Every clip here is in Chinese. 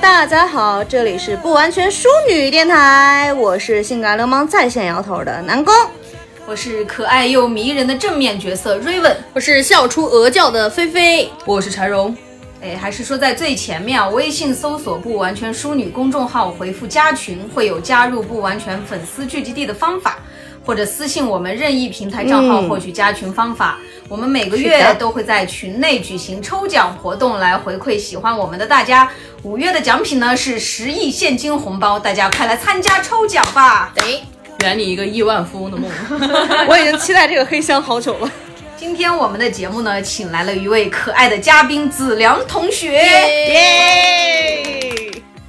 大家好，这里是不完全淑女电台，我是性感流氓在线摇头的南宫。我是可爱又迷人的正面角色 Raven，我是笑出鹅叫的菲菲，我是柴荣。哎，还是说在最前面啊，微信搜索“不完全淑女”公众号，回复“加群”会有加入不完全粉丝聚集地的方法，或者私信我们任意平台账号嗯获取加群方法。我们每个是的月都会在群内举行抽奖活动来回馈喜欢我们的大家。五月的奖品呢是十亿现金红包，大家快来参加抽奖吧！哎，圆你一个亿万富翁的梦。 我已经期待这个黑箱好久了。今天我们的节目呢，请来了一位可爱的嘉宾子良同学。耶！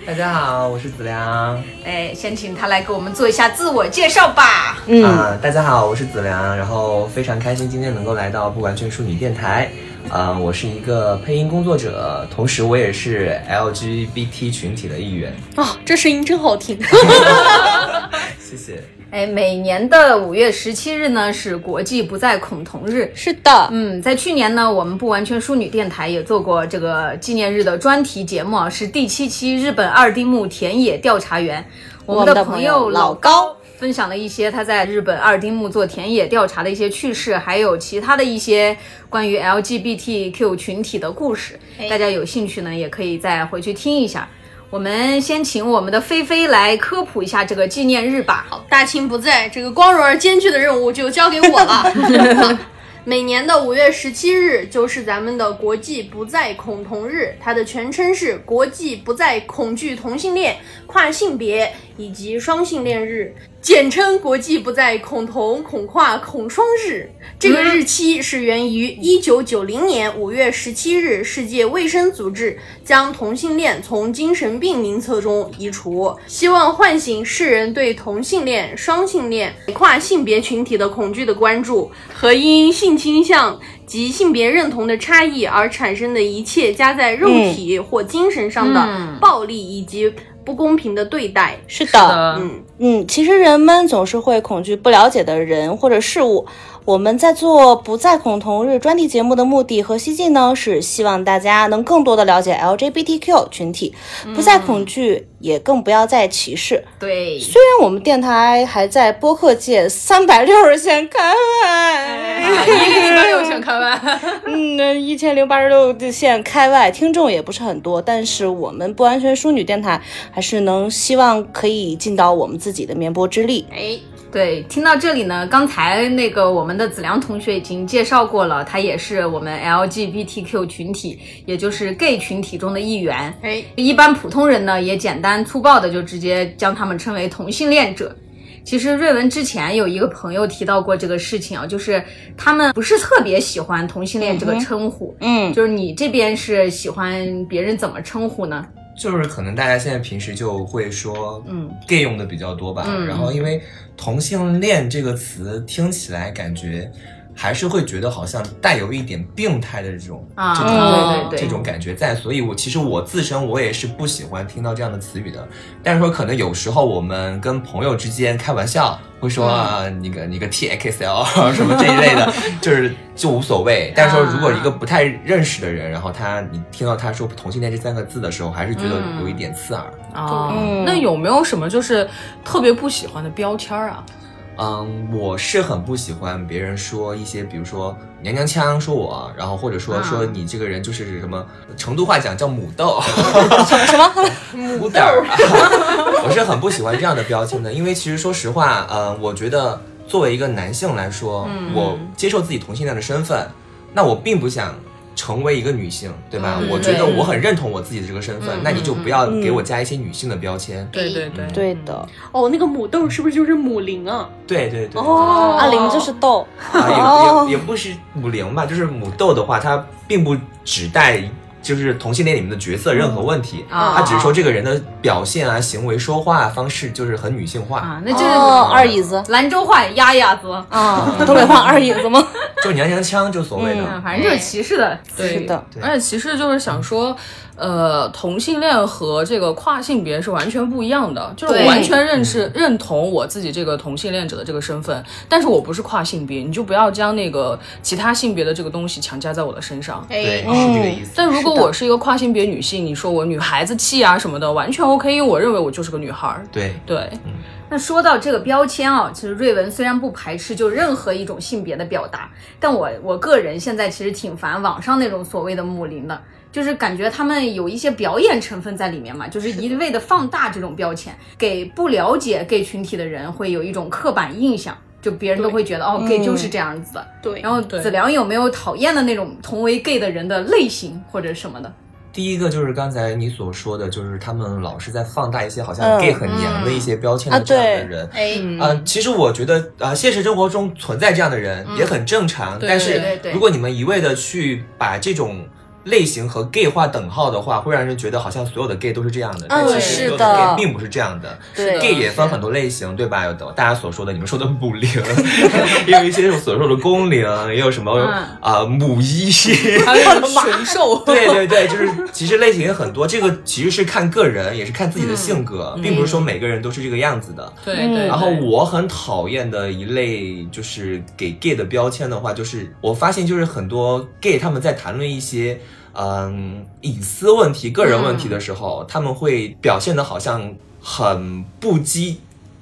大家好，我是子良。哎，先请他来给我们做一下自我介绍吧。嗯、大家好，我是子良，然后非常开心今天能够来到不完全淑女电台。啊、我是一个配音工作者，同时我也是 LGBT 群体的一员。啊，这声音真 好听。谢谢。哎，每年的五月十七日呢是国际不再恐同日。是的，嗯，在去年呢，我们不完全淑女电台也做过这个纪念日的专题节目啊，是第七期日本二丁目田野调查员。我们的朋友老高分享了一些他在日本二丁目做田野调查的一些趣事，还有其他的一些关于 LGBTQ 群体的故事。大家有兴趣呢，也可以再回去听一下。我们先请我们的菲菲来科普一下这个纪念日吧。好，大清不在，这个光荣而艰巨的任务就交给 我了。 每年的五月十七日就是咱们的国际不再恐同日，它的全称是国际不再恐惧同性恋、跨性别以及双性恋日，简称国际不再恐同、恐跨、恐双日。这个日期是源于一九九零年五月十七日，世界卫生组织将同性恋从精神病名册中移除，希望唤醒世人对同性恋、双性恋、跨性别群体的恐惧的关注和因性倾向及性别认同的差异而产生的一切加在肉体或精神上的嗯暴力以及不公平的对待。是的，呃，嗯，嗯，其实人们总是会恐惧不了解的人或者事物。我们在做“不再恐同日”专题节目的目的和希冀呢，是希望大家能更多的了解 LGBTQ 群体，不再恐惧，也更不要再歧视。对，虽然我们电台还在播客界三百六十线开外，一个礼哎拜又想开外。嗯，那一千零八十六线开外，听众也不是很多，但是我们不完全淑女电台还是能希望可以尽到我们自己的绵薄之力。哎，对，听到这里呢，刚才那个我们的子良同学已经介绍过了，他也是我们 LGBTQ 群体，也就是 gay 群体中的一员。哎，一般普通人呢，也简单粗暴的就直接将他们称为同性恋者。其实瑞文之前有一个朋友提到过这个事情啊，就是他们不是特别喜欢同性恋这个称呼。嗯，就是你这边是喜欢别人怎么称呼呢？就是可能大家现在平时就会说，嗯，gay 用的比较多吧。嗯然后因为同性恋这个词听起来感觉还是会觉得好像带有一点病态的这种啊这种、对对对这种感觉在，所以我其实我自身我也是不喜欢听到这样的词语的。但是说可能有时候我们跟朋友之间开玩笑。会说啊，你个你个 T X L 什么这一类的，就是就无所谓。但是说，如果一个不太认识的人，然后他你听到他说同性恋这三个字的时候，还是觉得嗯有一点刺耳。啊哦嗯那有没有什么就是特别不喜欢的标签儿啊？嗯，我是很不喜欢别人说一些，比如说娘娘腔说我，然后或者说、啊说你这个人就是什么，成都话讲叫母豆，什么？ 母豆儿， 我是很不喜欢这样的标签的，因为其实说实话，呃，我觉得作为一个男性来说，我接受自己同性恋的身份，那我并不想。成为一个女性，对吧？嗯我觉得对我很认同我自己的这个身份，嗯那你就不要嗯给我加一些女性的标签。对对对，对的，哦，那个母豆是不是就是母灵啊？对对嗯对，哦，阿玲就是豆，哦啊，也也也不是母零吧，就是母豆的话，它并不指代就是同性恋里面的角色任嗯何问题，哦啊它只是说这个人的表现啊、行为、说话、啊、方式就是很女性化。啊，那就是哦，二椅子兰州话压压子，啊，东北话二椅子吗？嗯就娘娘腔，就所谓的。嗯嗯，反正就是歧视的。对是的对而且其实就是想说，呃，同性恋和这个跨性别是完全不一样的。就是我对完全认识、认同我自己这个同性恋者的这个身份，但是我不是跨性别，你就不要将那个其他性别的这个东西强加在我的身上。对，哎，是哦这个意思。但如果我是一个跨性别女性，你说我女孩子气啊什么的，完全 OK，因为我认为我就是个女孩儿。对，对，那说到这个标签啊，其实瑞文虽然不排斥就任何一种性别的表达，但我我个人现在其实挺烦网上那种所谓的母林的，就是感觉他们有一些表演成分在里面嘛，就是一味的放大这种标签，给不了解 gay 群体的人会有一种刻板印象，就别人都会觉得哦 gay 就是这样子的。对，然后对子良有没有讨厌的那种同为 gay 的人的类型或者什么的？第一个就是刚才你所说的，就是他们老是在放大一些好像嗯 gay 很娘的一些标签的嗯啊这样的对人。哎，嗯、其实我觉得啊、呃现实生活中存在这样的人也很正常，对但对是对对如果你们一味的去把这种类型和 gay 划等号的话，会让人觉得好像所有的 gay 都是这样的，但其实是所有的 gay 并不是这样的。对 gay 也分很多类型，对吧？有的大家所说的，你们说的母灵， 也有一些所说的公灵，也有什么啊、母一。还有什么神兽？ 对对对，就是其实类型也很多，这个其实是看个人，也是看自己的性格，并不是说每个人都是这个样子的。对对。嗯然后对我很讨厌的一类就是给 gay 的标签的话，就是我发现就是很多 gay 他们在谈论一些嗯隐私问题、个人问题的时候，嗯他们会表现的好像很不羁。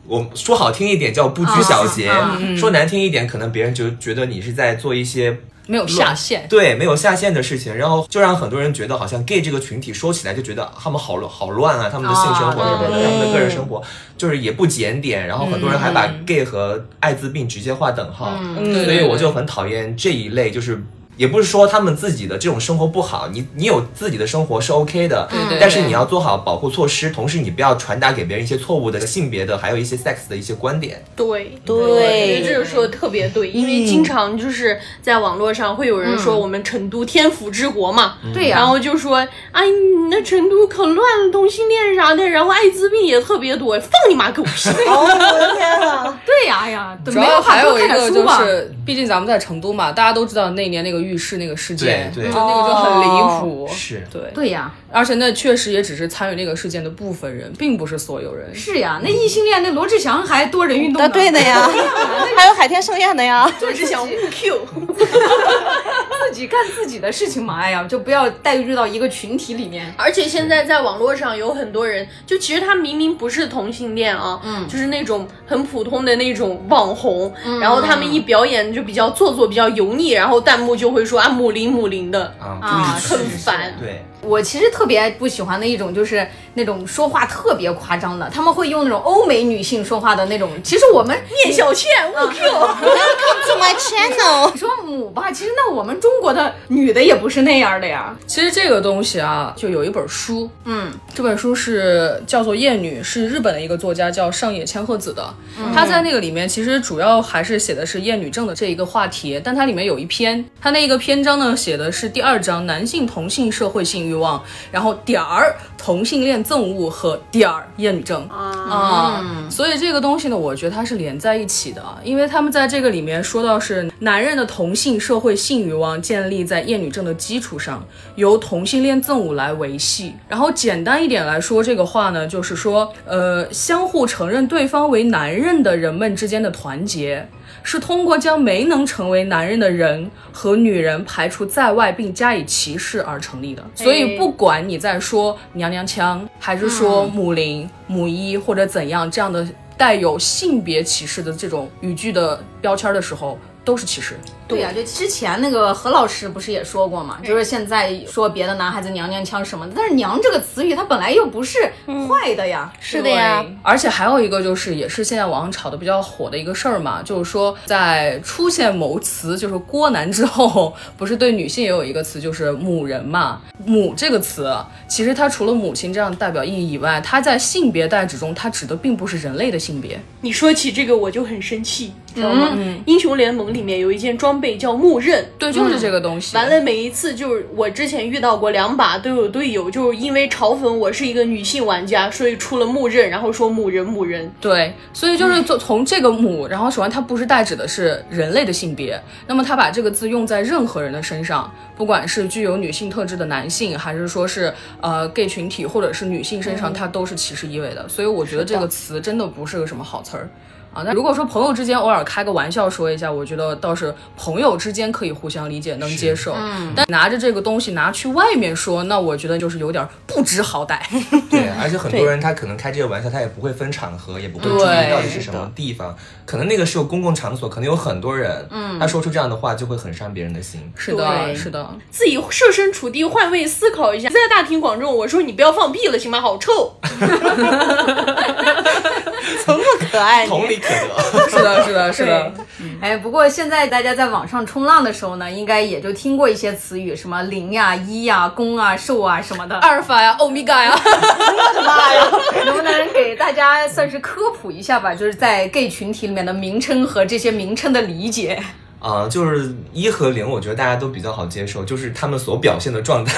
我说好听一点叫不拘小节，啊说难听一点，可能别人就觉得你是在做一些没有下限，对没有下限的事情，然后就让很多人觉得好像 gay 这个群体说起来就觉得他们好乱好乱啊，他们的性生活什么的，啊他们的个人生活就是也不检点，然后很多人还把 gay 和艾滋病直接划等号，嗯所以我就很讨厌这一类就是。也不是说他们自己的这种生活不好，你你有自己的生活是 OK 的，对对但是对你要做好保护措施，同时你不要传达给别人一些错误的性别的，还有一些 sex 的一些观点。对。我觉得这对，个说的特别对，因为经常就是在网络上会有人说我们成都天府之国嘛，对呀、然后就说哎，你那成都可乱了，同性恋啥的，然后艾滋病也特别多，放你妈狗 屁！哦，我的天啊！对呀、哎呀，对主没要话还多有一看个点就书吧。啊是，毕竟咱们在成都嘛，大家都知道那年那个浴室那个事件，对对就那个就很离谱，是对对呀、而且那确实也只是参与那个事件的部分人，并不是所有人。是呀，那异性恋那罗志祥还多人运动那呢。对的 呀，还有海天盛宴的呀，我只想互 Q。 自己干自己的事情嘛。哎呀，就不要带入到一个群体里面。而且现在在网络上有很多人，就其实他明明不是同性恋啊，嗯，就是那种很普通的那种网红，嗯然后他们一表演就比较做作、比较油腻，然后弹幕就会说啊母林母林的，啊，啊注意很去烦。对，我其实特别不喜欢的一种就是那种说话特别夸张的，他们会用那种欧美女性说话的那种。其实我们啊聂小倩，我 Q， Welcome to my channel。 你说母吧，其实那我们中国的女的也不是那样的呀。其实这个东西啊，就有一本书，嗯，这本书是叫做《厌女》，是日本的一个作家叫上野千鹤子的。她在那个里面其实主要还是写的是厌女症的这一个话题，但它里面有一篇，它那一个篇章呢写的是第二章男性同性社会性欲望，然后点儿同性恋憎恶和点儿厌女症啊、所以这个东西呢，我觉得它是连在一起的，因为他们在这个里面说到是男人的同性社会性欲望建立在厌女症的基础上，由同性恋憎恶来维系。然后简单一点来说，这个话呢，就是说，呃，相互承认对方为男人的人们之间的团结。是通过将没能成为男人的人和女人排除在外并加以歧视而成立的。所以，不管你在说娘娘腔，还是说母零、母一或者怎样这样的带有性别歧视的这种语句的标签的时候，都是歧视。对呀、就之前那个何老师不是也说过嘛，就是现在说别的男孩子娘娘腔什么的，但是“娘”这个词语它本来又不是坏嗯的呀。是的呀，而且还有一个就是，也是现在网上炒的比较火的一个事儿嘛，就是说在出现某词就是郭男之后，不是对女性也有一个词就是母人嘛？母这个词其实它除了母亲这样的代表意义以外，它在性别代指中它指的并不是人类的性别。你说起这个我就很生气，嗯知道吗？英雄联盟里面有一件装备叫木刃，对，就是这个东西。完了，每一次就是我之前遇到过两把都有队友，就是因为嘲讽我是一个女性玩家，所以出了木刃，然后说木人木人。对，所以就是从从这个母，然后首先它不是代指的是人类的性别，那么它把这个字用在任何人的身上，不管是具有女性特质的男性，还是说是呃 gay 群体或者是女性身上，它都是歧视意味的。所以我觉得这个词真的嗯不是个什么好词儿。啊，那如果说朋友之间偶尔开个玩笑说一下，我觉得倒是朋友之间可以互相理解，能接受。嗯，但拿着这个东西拿去外面说，那我觉得就是有点不知好歹。对，而且很多人他可能开这个玩笑，他也不会分场合，也不会注意到底是什么地方，可能那个是公共场所，可能有很多人，嗯，他说出这样的话就会很伤别人的心。是的，是的，自己设身处地换位思考一下。在大庭广众，我说你不要放屁了，行吗？好臭。怎么可爱？同理可得。是的，是的，是的。哎，不过现在大家在网上冲浪的时候呢，应该也就听过一些词语，什么零呀、啊、一呀、啊、攻啊、受啊什么的，阿尔法呀、欧米伽呀。我的妈呀！能不能给大家算是科普一下吧？就是在 gay 群体里面的名称和这些名称的理解。啊、呃，就是一和零，我觉得大家都比较好接受，就是他们所表现的 状态。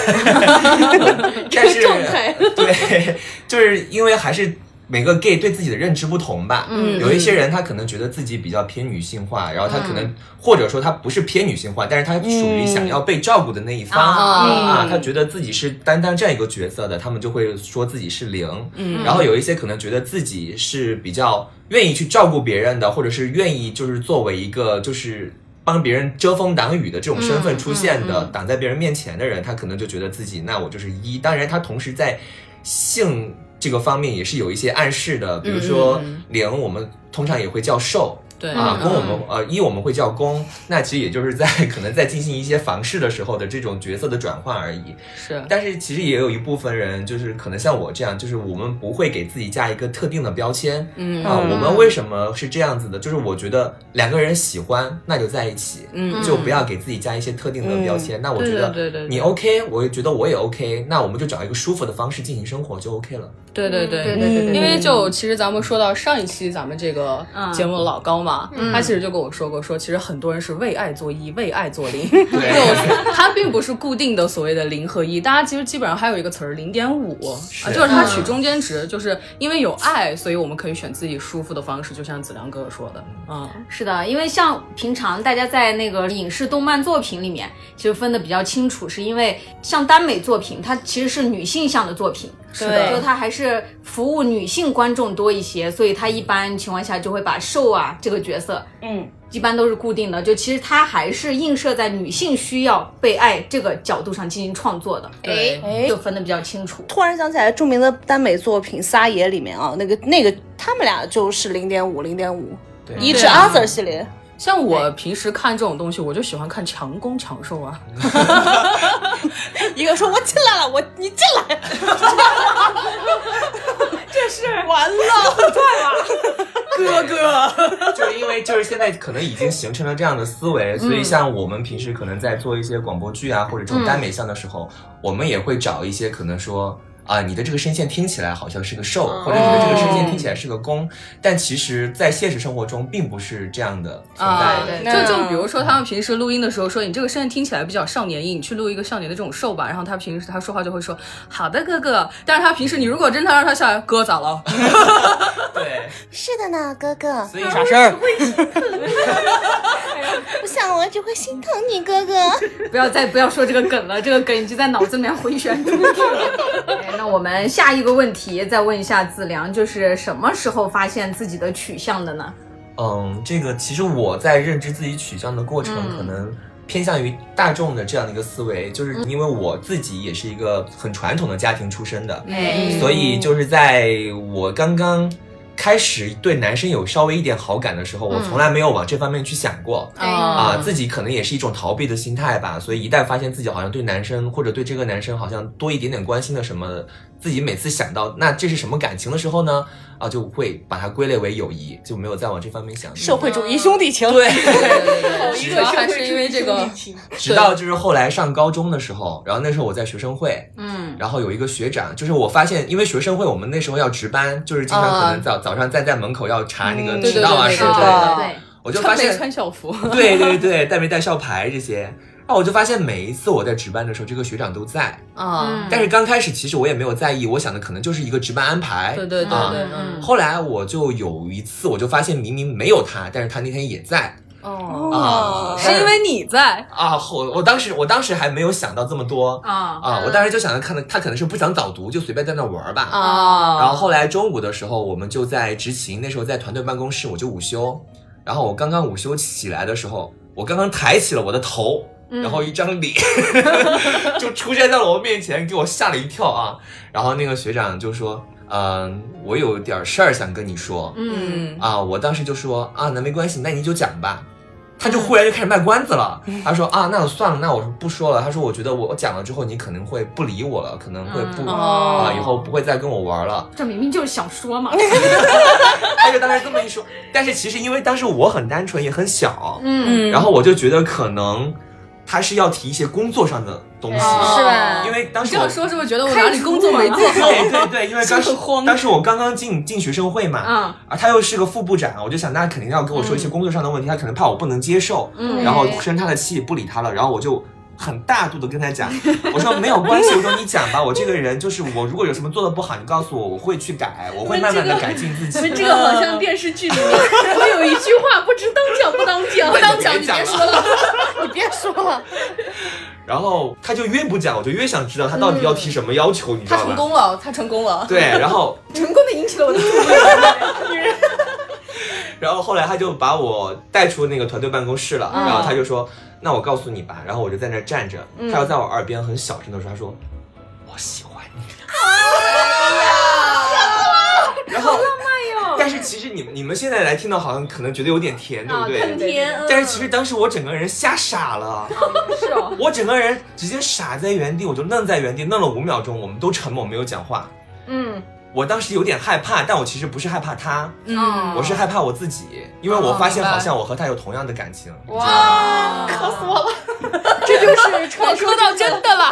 但是，状态对，就是因为还是。每个 gay 对自己的认知不同吧，嗯，有一些人他可能觉得自己比较偏女性化，然后他可能、嗯、或者说他不是偏女性化，但是他属于想要被照顾的那一方、嗯、啊，他觉得自己是担当这样一个角色的，他们就会说自己是零，嗯，然后有一些可能觉得自己是比较愿意去照顾别人的，或者是愿意就是作为一个就是。帮别人遮风挡雨的这种身份出现的，挡在别人面前的人，他可能就觉得自己那我就是一。当然，他同时在性这个方面也是有一些暗示的，比如说零，我们通常也会叫受。对啊，公我们呃一我们会叫公，那其实也就是在 可能在进行一些房事的时候的这种角色的转换而已。是，但是其实也有一部分人就是可能像我这样，就是我们不会给自己加一个特定的标签。嗯啊，我们为什么是这样子的？就是我觉得两个人喜欢，那就在一起，嗯，就不要给自己加一些特定的标签。嗯、那我觉得你 OK，我也觉得我也 OK，那我们就找一个舒服的方式进行生活就 OK 了。对对嗯对对对对，嗯因为就其实咱们说到上一期咱们这个嗯节目老高嘛，嗯、他其实就跟我说过，说其实很多人是为爱做一，为爱做零， 对，他并不是固定的所谓的零和一，大家其实基本上还有一个词儿零点五啊，就是嗯他取中间值，就是因为有爱，所以我们可以选自己舒服的方式，就像子良哥哥说的啊，嗯、是的，因为像平常大家在那个影视动漫作品里面，其实分的比较清楚，是因为像耽美作品，它其实是女性向的作品。对，就它还是服务女性观众多一些，所以它一般情况下就会把受啊这个角色，嗯，一般都是固定的。就其实它还是映射在女性需要被爱这个角度上进行创作的，对，就分的比较清楚。”突然想起来，著名的耽美作品《撒野》里面啊，那个那个他们俩就是零点五零点五，一至 other 系列。像我平时看这种东西，我就喜欢看强攻强受啊。一个说：“我进来了，我你进 来。这是完了，对吧，哥哥？ 就是因为就是现在可能已经形成了这样的思维，所以像我们平时可能在做一些广播剧啊或者这种耽美向的时候，嗯、我们也会找一些可能说。啊，你的这个声线听起来好像是个受，或者你的这个声线听起来是个攻，但其实，在现实生活中并不是这样的存啊在。就就比如说，他们平时录音的时候说，你这个声线听起来比较少年音，你去录一个少年的这种受吧。然后他平时他说话就会说，好的哥哥。但是他平时你如果真的让他下来，哥咋了？对，是的呢，哥哥。所以啥事儿？不像我只会心疼你哥哥。不要再不要说这个梗了，这个梗已经在脑子里面回旋。 那我们下一个问题再问一下子良，就是什么时候发现自己的取向的呢？嗯，这个其实我在认知自己取向的过程，可能偏向于大众的这样的一个思维，嗯、就是因为我自己也是一个很传统的家庭出身的，嗯、所以就是在我刚刚。开始对男生有稍微一点好感的时候，我从来没有往这方面去想过、哎嗯、啊，自己可能也是一种逃避的心态吧。所以一旦发现自己好像对男生或者对这个男生好像多一点点关心的什么的，自己每次想到那这是什么感情的时候呢，啊，就会把它归类为友谊，就没有再往这方面想。社会主义兄弟情，对，主要还是因为这个。直到就是后来上高中的时候，然后那时候我在学生会，嗯，然后有一个学长，就是我发现，因为学生会我们嗯那时候要值班，就是经常可能早。啊早上站在门口要查那个迟到啊什么之类的，我就发现哦穿没穿校服，对对对，带没带校牌这些。然后我就发现每一次我在值班的时候，这个学长都在。嗯嗯啊，但是刚开始其实我也没有在意，我想的可能就是一个值班安排。对对对啊对，嗯，后来我就有一次，我就发现明明没有他，但是他那天也在嗯哦，啊，是因为你在啊，我我当时我当时还没有想到这么多啊啊，我当时就想着看他可能是不想早读，就随便在那玩儿吧啊，然后后来中午的时候，我们就在执勤，那时候在团队办公室，我就午休。然后我刚刚午休起来的时候，我刚刚抬起了我的头，嗯然后一张 脸、 就出现在了我面前，给我吓了一跳啊！然后那个学长就说：“嗯、我有点事儿想跟你说。嗯，啊，我当时就说：“啊，那没关系，那你就讲吧。”他就忽然就开始卖关子了，他说：“啊，那我算了，那我不说了。”他说：“我觉得我讲了之后，你可能会不理我了，可能会不、嗯哦啊，以后不会再跟我玩了。” 这明明就是想说嘛，他就当时这么一说，但是其实因为当时我很单纯，也很小，嗯，然后我就觉得可能他是要提一些工作上的东西，哦嗯是吧？因为当你时这我样说是不是觉得我哪里工作没 做好？对对对，因为当是时很慌当时我刚刚进进学生会嘛，嗯啊，他又是个副部长，我就想那肯定要跟我说一些工作上的问题，他可能怕我不能接受，嗯然后生他的气不理他了，然后我就。很大度的跟他讲，我说没有关系，我说你讲吧，我这个人就是我，如果有什么做的不好，你告诉我，我会去改，我会慢慢的改进自己。这个好像电视剧里面，我有一句话不知当讲不当讲， 当讲你别说了。你别说了， 然后他就越不讲，我就越想知道他到底要提什么要求，你知他道成吧？功了，他成功了，对，然 后成功的引起了我的注意。 然后后来他就把我带出那个团队办公室了，嗯然后他就说：“那我告诉你吧。”然后我就在那儿站着，嗯他要在我耳边很小声的说：“他说我喜欢 你。”然后，但是其实你们你们现在来听到好像可能觉得有点甜，对不哦对？很甜，嗯但是其实当时我整个人吓傻了，是哦，我整个人直接傻在原地，我就愣在原地，愣了五秒钟，我们都沉默，没有讲话。嗯我当时有点害怕，但我其实不是害怕他，嗯，我是害怕我自己，因为我发现哦明白好像我和他有同样的感情。哇，磕死我了， 这就是传说到真的了。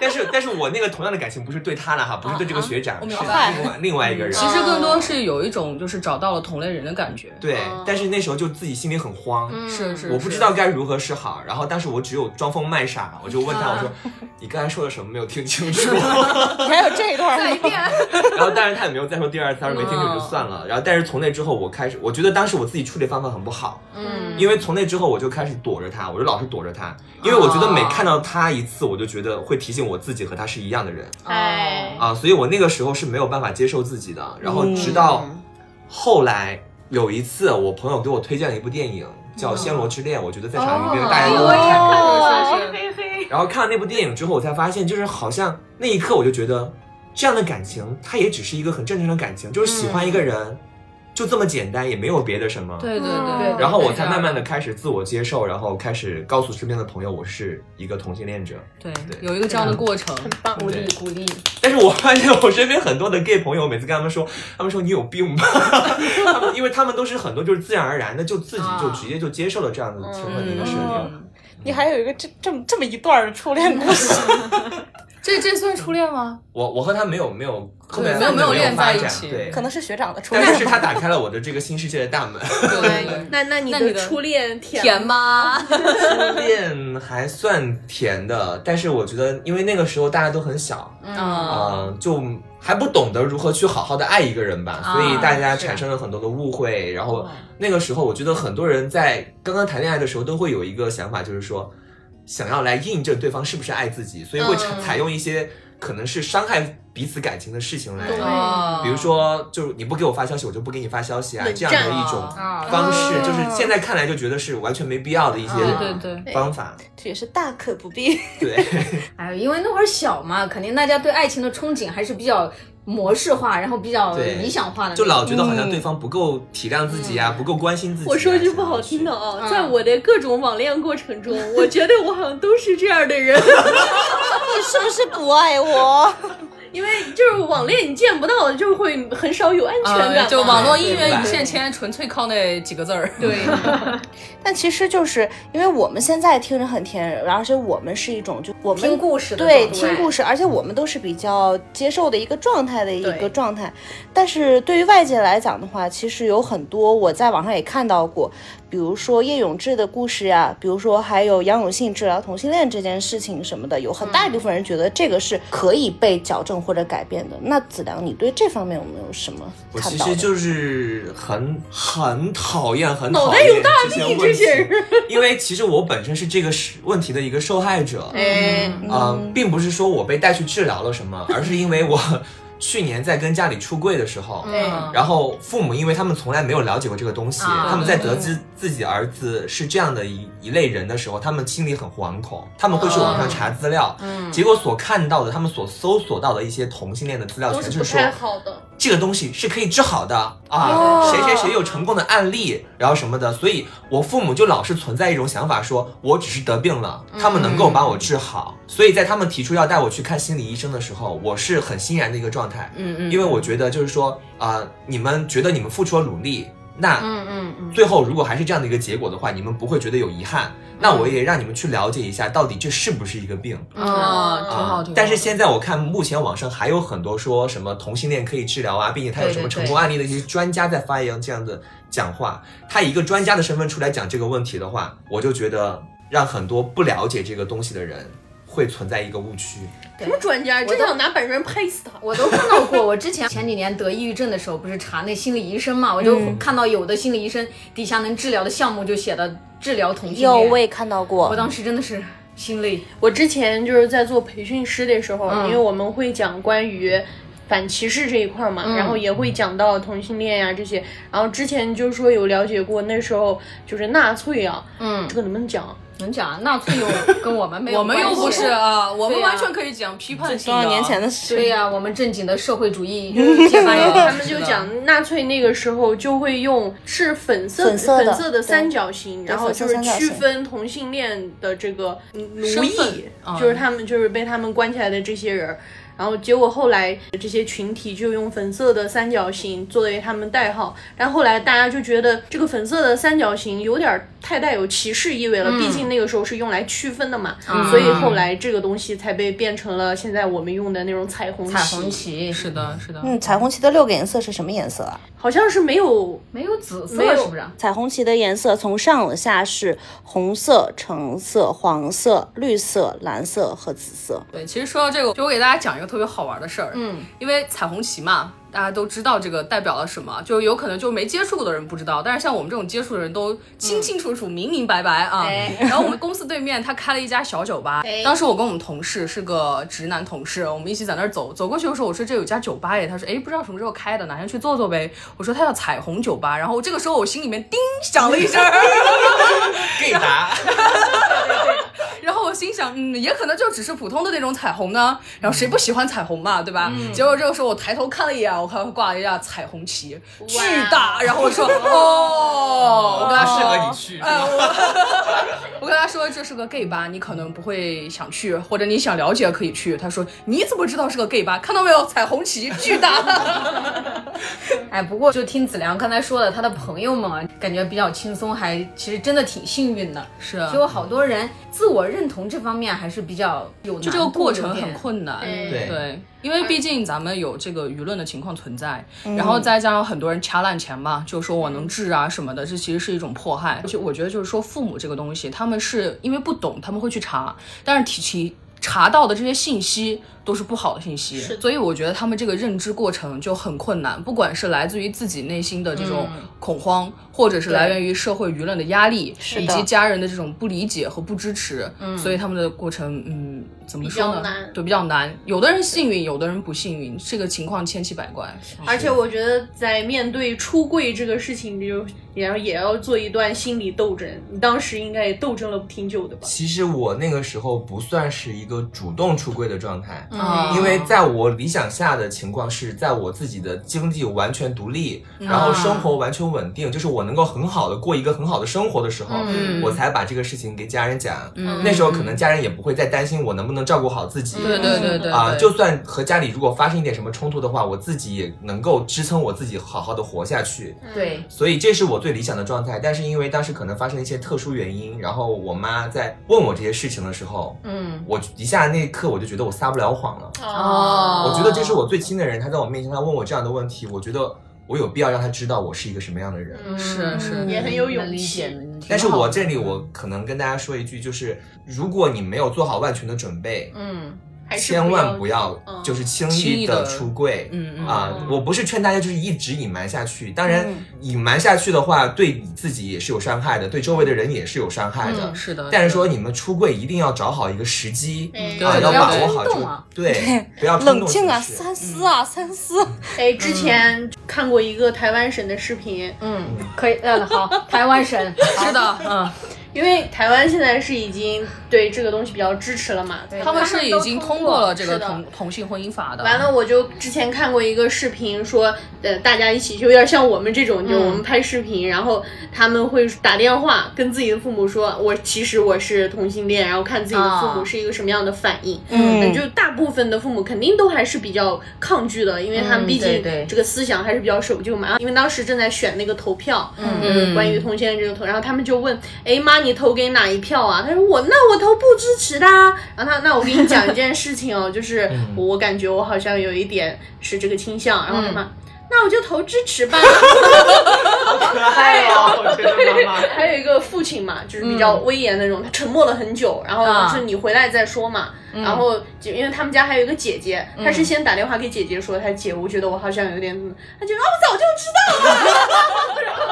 但是，但是我那个同样的感情不是对他了哈，不是对这个学长，哦我是明另白哦外另外一个人。其实更多是有一种就是找到了同类人的感觉。对，但是那时候就自己心里很慌，是是，我不知道该如何是好。然后，但是我只有装疯卖傻，我就问他，我啊说：“你刚才说的什么没有听清楚？” 你还有这一段再儿，见，然后，但是他也没有再说第二次，他说没听懂就算啊了。然后，但是从那之后，我开始，我觉得当时我自己处理方法很不好，嗯因为从那之后我就开始躲着他，我就老是躲着他，因为我觉得每哦看到他一次，我就觉得会提醒我自己和他是一样的人嗯哎啊，所以我那个时候是没有办法接受自己的。然后直到嗯后来有一次，我朋友给我推荐了一部电影叫《暹罗之恋》，我觉得在场哦的那个大家哎都会看过。哦嘿嘿，然后看了那部电影之后，我才发现，就是好像那一刻我就觉得，这样的感情它也只是一个很正常的感情，就是喜欢一个人，就这么简单，也没有别的什么。嗯对对嗯对，然后我才慢慢的开始自我接受，然后开始告诉身边的朋友我是一个同性恋者。对对有一个这样的过程。棒鼓励鼓励，但是我发现我身边很多的 gay 朋友，每次跟他们说，他们说你有病吧， 他们因为他们都是很多就是自然而然的就自己就直接就接受了这样的情况的一个设定。嗯，你还有一个这这么这么一段儿的初恋故事，这这算初恋吗？我我和他没有没有后面对没有没没有有恋发在一展，起对，可能是学长的 初但恋是。他打开了我的这个新世界的大门。对对对，那那你那你的的初恋甜甜吗？初恋还算甜的，但是我觉得，因为那个时候大家都很小，嗯、哦啊，就还不懂得如何去好好的爱一个人吧，所以大家是产生了很多的误会。然后那个时候，我觉得很多人在刚刚谈恋爱的时候都会有一个想法，就是说想要来印证对方是不是爱自己，所以会采采用一些可能是伤害彼此感情的事情来。啊嗯比如说，就是你不给我发消息，我就不给你发消息啊，冷这样嗯的战一种啊方式，就是现在看来就觉得是完全没必要的一些哦对对对。方法。 这也是大可不必。对， 哎，因为那会儿小嘛，肯定大家对爱情的憧憬还是比较模式化，然后比较对理想化的那就种，老觉得好像对方不够体谅自己啊，不够关心自己、啊。我说句不好听的这样嗯啊，在我的各种网恋过程中，我觉得我好像都是这样的人，你 是不是不爱我？因为就是网恋你见不到，就会很少有安全感嘛、啊，就网络姻缘一线牵，纯粹靠那几个字儿。对， 但其实就是因为我们现在听着很甜，而且我们是一种就我们听故事的对状态听故事，而且我们都是比较接受的一个状态的一对个状态。但是对于外界来讲的话，其实有很多我在网上也看到过，比如说叶永志的故事呀、比如说还有杨永信治疗同性恋这件事情什么的，有很大一部分人觉得这个是可以被矫正或者改变的。那子良，你对这方面有没有什么我看其到实的？就是很很讨厌，很脑讨袋厌有大些病问这些题， 因为其实我本身是这个是问题的一个受害者。哎，呃，并不是说我被带去治疗了什么，而是因为我 去年在跟家里出柜的时候，嗯然后父母因为他们从来没有了解过这个东西，啊他们在得知自己儿子是这样的一一类人的时候，他们心里很惶恐，他们会去嗯网上查资料，结果所看到的，他们所搜索到的一些同性恋的资料，都全是是不说太好的。这个东西是可以治好的啊哦，谁谁谁有成功的案例，然后什么的，所以我父母就老是存在一种想法说，我只是得病了，他们能够把我治好。所以在他们提出要带我去看心理医生的时候，我是很欣然的一个状态，嗯嗯，因为我觉得就是说啊、呃你们觉得你们付出了努力，那嗯嗯嗯，最后如果还是这样的一个结果的话，你们不会觉得有遗憾。那我也让你们去了解一下，到底这是不是一个病。啊，嗯哦挺啊好，挺好。但是现在我看，目前网上还有很多说什么同性恋可以治疗啊，并且他有什么成功案例的一些专家在发言这样的讲话。他以一个专家的身份出来讲这个问题的话，我就觉得让很多不了解这个东西的人会存在一个误区。什么专家？真都想拿本人拍死他！我都碰到过。我之前前几年得抑郁症的时候，不是查那心理医生嘛，我就看到有的心理医生底下能治疗的项目就写的治疗同性恋。有，我也看到过我。当时真的是心累。我之前就是在做培训师的时候，因为我们会讲关于反歧视这一块儿嘛，然后也会讲到同性恋呀、这些。然后之前就说有了解过，那时候就是纳粹啊，嗯这个能不能讲？能讲啊？纳粹有跟我们没有我们又不关系是啊，我们对啊完全可以讲批判性多少年前的事？对呀、我们正经的社会主 义接班人。他 们就讲纳粹那个时候就会用是粉色粉色的的三角形，然后粉色就是三角区形分同性恋的这个奴身役份嗯，就是他们就是被他们关起来的嗯这些人儿。然后结果后来呃这些群体就用粉色的三角形作为他们代号，但后来大家就觉得这个粉色的三角形有点儿太带有歧视意味嗯了，毕竟那个时候是用来区分的嘛，所以后来这个东西才被变成了现在我们用的那种彩虹旗。彩虹旗是的，是的，嗯，彩虹旗的六个颜色是什么颜色啊？好像是没有没有紫色没有是不是啊？彩虹旗的颜色从上往下是红色、橙色、黄色、绿色、蓝色和紫色。对，其实说到这个，就我给大家讲一个特别好玩的事儿。嗯，因为彩虹旗嘛，大家都知道这个代表了什么，就有可能就没接触过的人不知道，但是像我们这种接触的人都清清楚楚、明明白白啊。哎然后我们公司对面他开了一家小酒吧，哎当时我跟我们同事是个直男同事，我们一起在那儿走，走过去的时候我说这有家酒吧耶，他说哎不知道什么时候开的，哪天去坐坐呗。我说他叫彩虹酒吧，然后这个时候我心里面叮响了一声儿。给答，然后我心想，嗯，也可能就只是普通的那种彩虹呢。然后谁不喜欢彩虹嘛，对吧？结果这个时候我抬头看了一眼，我看挂了一下彩虹旗，巨大。然后我说，哦，我跟他适说， 合你去。哎，我我跟他说这是个 gay 吧，你可能不会想去，或者你想了解可以去。他说你怎么知道是个 gay 吧？看到没有，彩虹旗巨大。 哎，不过就听子良刚才说的，他的朋友们啊，感觉比较轻松，还其实真的挺幸运的。是啊就有好多人自我认同这方面还是比较有难度，就这个过程有点很困难，对对，因为毕竟咱们有这个舆论的情况存在，嗯然后再加上很多人掐烂钱嘛，就说我能治啊什么的，这其实是一种迫害。就我觉得就是说父母这个东西，他们是因为不懂，他们会去查，但是提起。查到的这些信息都是不好的信息，是的所以我觉得他们这个认知过程就很困难，不管是来自于自己内心的这种嗯恐慌，或者是来源于社会舆论的压力，以及家人的这种不理解和不支持，所以他们的过程，嗯，怎么说嗯比呢？较难对，比较难。有的人幸运，有的人不幸运，这个情况千奇百怪。嗯而且我觉得在面对出柜这个事情，就也要也要做一段心理斗争。你当时应该也斗争了挺久的吧？其实我那个时候不算是一个主动出柜的状态，嗯啊因为在我理想下的情况是，在我自己的经济完全独立，嗯然啊后生活完全稳定，就是我能够很好的过一个很好的生活的时候，嗯嗯我才把这个事情给家人讲。嗯那时候可能家人也不会再担心我能不能照顾好自己。对对对对啊，对就算和家里如果发生一点什么冲突的话，我自己也能够支撑我自己好好的活下去。嗯对，所以这是我最理想的状态。但是因为当时可能发生一些特殊原因，然后我妈在问我这些事情的时候，嗯，我一下那一刻我就觉得我撒不了谎了。哦哦，哦我觉得这是我最亲的人，他在我面前他问我这样的问题，我觉得。我有必要让他知道我是一个什么样的人。是是，嗯也很有勇嗯能理气嗯解。能理解但是我这里我可能跟大家说一句，就是如果你没有做好万全的准备，嗯，还是千万不要嗯就是轻轻易易的地出柜。嗯嗯啊、嗯我不是劝大家就是一直隐瞒下去，当然隐瞒下去的话，对你自己也是有伤害的，对周围的人也是有伤害的。嗯是的。但是说你们出柜一定要找好一个时机，嗯啊，对要不要把握冲好这动个啊， 对，不要冲动冷静啊，行事三思啊，三思。哎，之前看过一个台湾省的视频，嗯，可以，嗯，好，台湾省， 是的，嗯，因为台湾现在是已经对这个东西比较支持了嘛，对他们是已经通过了这是个的同同性婚姻法的。完了，我就之前看过一个视频说，呃，大家一起就有点像我们这种，就我们拍视频，然后他们会打电话跟自己的父母说，我其实我是同性恋，然后看自己的父母是一个什么样的反应。嗯就大部分的父母肯定都还是比较抗拒的，因为他们嗯毕对竟对这个思想还是比较守旧嘛。因为当时正在选那个投票，嗯嗯关于同性恋这个投，然后他们就问，哎妈，你投给哪一票啊？他说我那我投不支持的、啊。然后他那我跟你讲一件事情哦， 就是嗯我我感觉我好像有一点是这个倾向，然后他妈。嗯那我就投支持吧。哎呀，我觉得妈妈还有一个父亲嘛，就是比较威严的那种，他沉默了很久，然后啊是你回来再说嘛。然后就因为他们家还有一个姐姐，他是先打电话给姐姐说，他姐我觉得我好像有点怎么，他觉得哦我早就知道了， 然后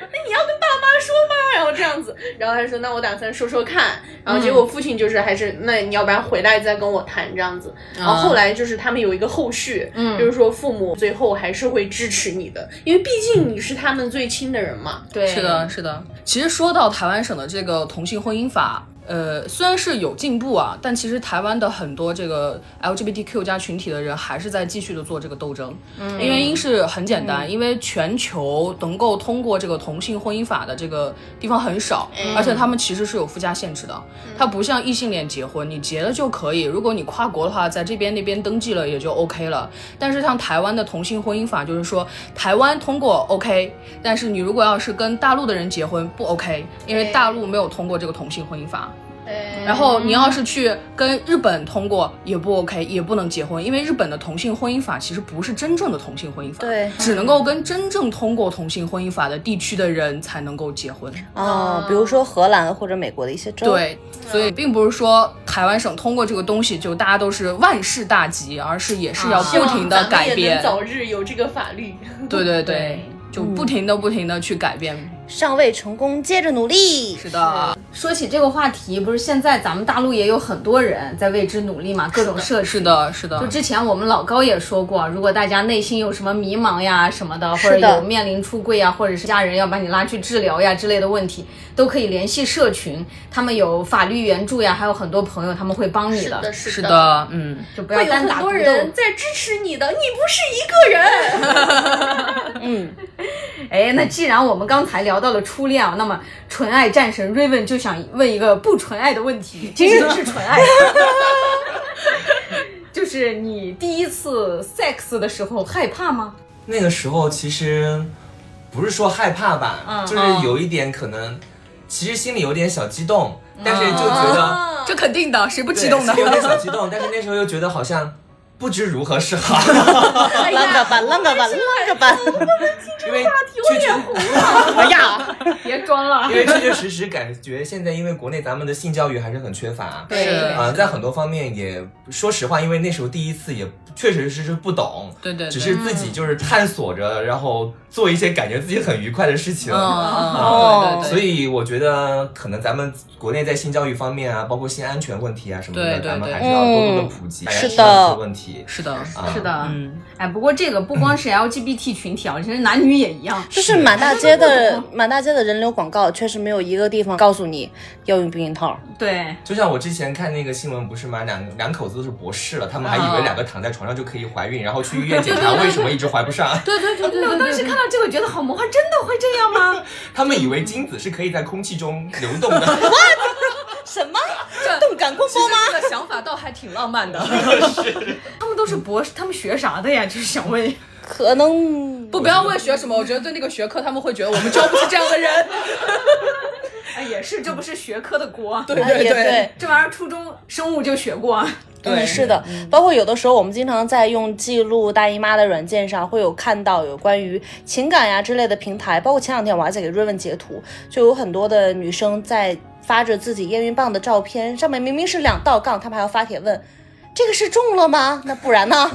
那你要跟爸妈说吗？然后这样子，然后他说那我打算说说看，然后结果父亲就是还是那你要不然回来再跟我谈这样子。然后后来就是他们有一个后续，就是说父母最后还是会支持你的，因为毕竟你是他们最亲的人嘛。对，是的，是的。其实说到台湾省的这个同性婚姻法，呃，虽然是有进步啊，但其实台湾的很多这个 LGBTQ 加群体的人还是在继续的做这个斗争。嗯，原因是很简单，因为全球能够通过这个同性婚姻法的这个地方很少，而且他们其实是有附加限制的。它不像异性恋结婚，你结了就可以。如果你跨国的话，在这边那边登记了也就 OK 了。但是像台湾的同性婚姻法，就是说台湾通过 OK，但是你如果要是跟大陆的人结婚不 OK，因为对大陆没有通过这个同性婚姻法。对嗯然后你要是去跟日本通过也不 OK，也不能结婚，因为日本的同性婚姻法其实不是真正的同性婚姻法，对只能够跟真正通过同性婚姻法的地区的人才能够结婚。啊，比如说荷兰或者美国的一些州，，对，所以并不是说台湾省通过这个东西就大家都是万事大吉，而是也是要啊不停的改希望咱们也变能。早日有这个法律。对对对对，就不停的不停的去改变。尚未成功，接着努力。是的，说起这个话题，不是现在咱们大陆也有很多人在为之努力嘛，各种社是区。的，是就的。之前我们老高也说过，如果大家内心有什么迷茫呀什么的，或是者的有面临出柜呀，或者是家人要把你拉去治疗呀之类的问题，都可以联系社群，他们有法律援助呀，还有很多朋友他们会帮你是的， 是是的，的，嗯，就不会要有单很打独多斗。人在支持你的，你不是一个人。嗯，哎，那既然我们刚才聊到了初恋啊，那么纯爱战神 Raven 就想问一个不纯爱的问题，其实是纯爱， 就是你第一次 sex 的时候害怕吗？那个时候其实不是说害怕吧，嗯就是有一点可能，其实心里有点小激动，嗯但是就觉得这肯定的，谁不激动 呢对心？里有点小激动，但是那时候又觉得好像不知如何是 好，啷个吧，啷个吧，啷个吧。因为确 确哎呀，别装了因，为确确实实感觉现在因为国内咱们的性教育还是很缺 乏，对是啊、在很多方面也说实话，因为那时候第一次也确实是是不懂，对对对只是自己就是探索着，然后做一些感觉自己很愉快的事情。嗯哦嗯，对对对，所以我觉得，可能咱们国内在性教育方面啊，包括性安全问题啊什么的，对对咱们对还是要多嗯多的普及，大家知道这个问题。是的，啊、是，的，嗯，哎，不过这个不光是 LGBT 群体啊，其实男女也一样。就是满哎大街的满大街的人流广告，确实没有一个地方告诉你要用避孕套。对，就像我之前看那个新闻，不是吗？两两口子都是博士了，他们还以为两个躺在床上就可以怀孕，然后去医院检查为什么一直怀不上。对对 对对我当时看到这个觉得好魔幻，真的会这样 吗？他们以为精子是可以在空气中流动的。什么？动感光其实这个想法倒还挺浪 漫的。 他们都是博士，他们学啥的呀？就是想问。可能不，不要问学什么，我觉得对那个学科他们会觉得我们教不出这样的 人。哎，也是，这不是学科的锅。对对对啊也对这玩意儿初中生物就学过，嗯，对是的，包括有的时候我们经常在用记录大姨妈的软件上，会有看到有关于情感呀之类的平台，包括前两天我还在给瑞文截图，就有很多的女生在发着自己验孕棒的照片，上面明明是两道杠，她们还要发帖问。这个是中了吗？那不然呢？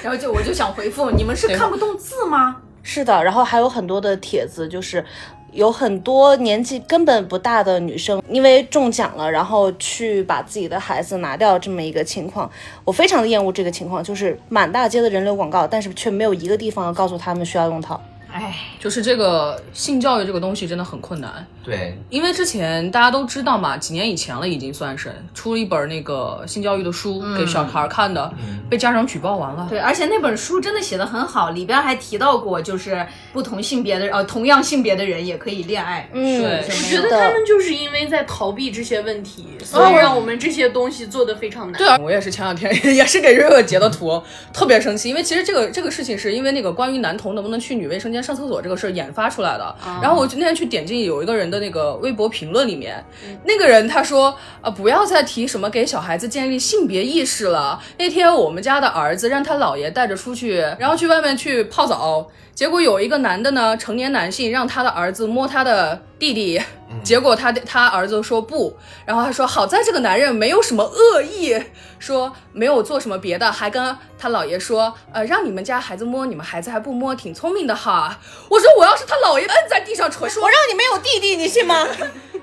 然后就我就想回复，你们是看不懂字吗？是的，然后还有很多的帖子，就是有很多年纪根本不大的女生，因为中奖了，然后去把自己的孩子拿掉这么一个情况，我非常的厌恶这个情况，就是满大街的人流广告，但是却没有一个地方告诉他们需要用套。哎，就是这个性教育这个东西真的很困难， 对，因为之前大家都知道嘛，几年以前了已经算是出了一本那个性教育的书给嗯小孩儿看的，被家长举报完了。对，而且那本书真的写的很好，里边还提到过，就是不同性别的呃，同样性别的人也可以恋爱。嗯，对是我的觉得他们就是因为在逃避这些问题，所以让我们这些东西做的非常难。对啊，我也是前两天 也是给瑞瑞截的图，特别生气，因为其实这个这个事情是因为那个关于男童能不能去女卫生间上厕所这个事儿引发出来的。哦啊然后我就那天去点进有一个人的那个微博评论里面，那个人他说啊，不要再提什么给小孩子建立性别意识了。那天我们家的儿子让他姥爷带着出去，然后去外面去泡澡，结果有一个男的呢，成年男性让他的儿子摸他的弟弟，结果他他儿子说不，然后他说好在这个男人没有什么恶意，说没有做什么别的，还跟他姥爷说，呃，让你们家孩子摸，你们孩子还不摸，挺聪明的哈。我说我要是他姥爷摁在地上捶，说我让你没有弟弟，你信吗？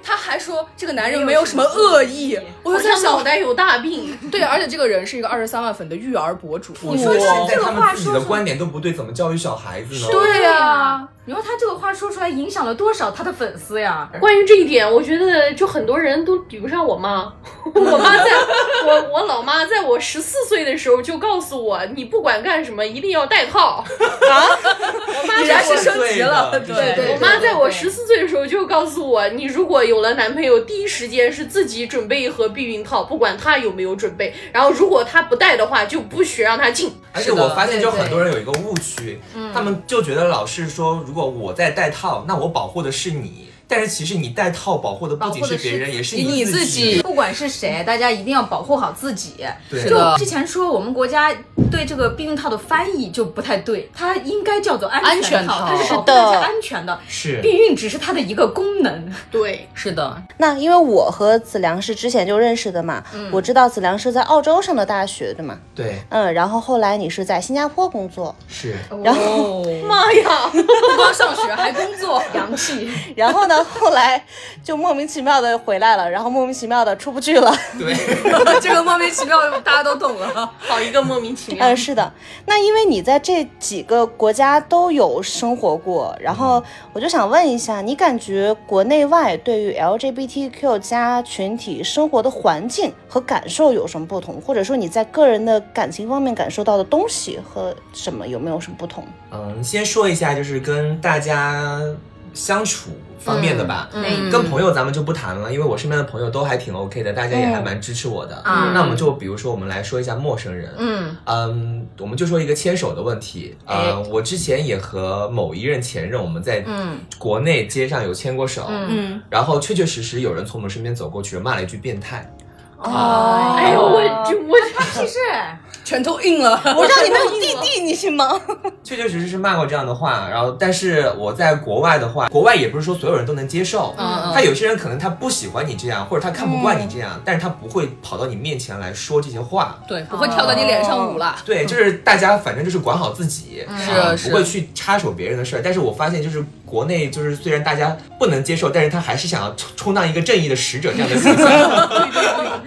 他还说这个男人没有什么恶意，我好就在像想脑，袋有大病，对，而且这个人是一个二十三万粉的育儿博主，我说现在他们自己的观点都不对，怎么教育小孩子呢？对呀、啊，你说他这个话说出来，影响了多少他的粉丝呀？关于这一点，我觉得就很多人都比不上我妈。 我妈在我我老妈在我十四岁的时候就告诉我，你不管干什么一定要戴套。我妈还是升级了，对的对对我妈在我十四岁的时候就告诉我，你如果有了男朋友，第一时间是自己准备一盒避孕套，不管他有没有准备。然后如果他不戴的话，就不许让他进。而且是的我发现，就对对很多人有一个误区，他们就觉得老是说，如果我在戴套，那我保护的是你，但是其实你戴套保护的不仅保是护的是别人，也是你你自己己。不管是谁，大家一定要保护好自己。对是就的之前说我们国家对这个避孕套的翻译就不太对，它应该叫做安安全套，套它是保护是的大家安全的。是避孕只是它的一个功能，对，是的，那因为我和子良是之前就认识的嘛，我知道子良是在澳洲上的大学，对吗？对，嗯，然后后来你是在新加坡工作，是然后哦，妈呀，不光上学还工作，洋气。然后呢，后来就莫名其妙的回来了，然后莫名其妙的出不去了。 对， 这个莫名其妙大家都懂了。 好一个莫名其妙嗯，。是的。那因为你在这几个国家都有生活过，然后我就想问一下，你感觉国内外对于 LGBTQ 加群体生活的环境和感受有什么不同，或者说你在个人的感情方面感受到的东西和什么有没有什么不同？嗯，先说一下，就是跟大家相处方面的吧。嗯跟朋友咱们就不谈了，因为我身边的朋友都还挺 OK 的，大家也还蛮支持我的。啊那我们就比如说，我们来说一下陌生人。嗯哎嗯，我们就说一个牵手的问题。呃，我之前也和某一任前任，我们在嗯国内街上有牵过手，嗯，嗯，然后确确实实有人从我们身边走过去，骂了一句“变态哦哎呦，我就我屁事！拳头硬了，我让你没有弟弟，你信吗？”，确确实实是骂过这样的话。然后，但是我在国外的话，国外也不是说所有人都能接受。嗯他有些人可能他不喜欢你这样，或者他看不惯你这样，但是他不会跑到你面前来说这些话。对，不会跳到你脸上舞啦。对，就是大家反正就是管好自己，啊嗯是不会是去插手别人的事儿。但是我发现就是国内就是虽然大家不能接受，但是他还是想要充充当一个正义的使者这样的形象。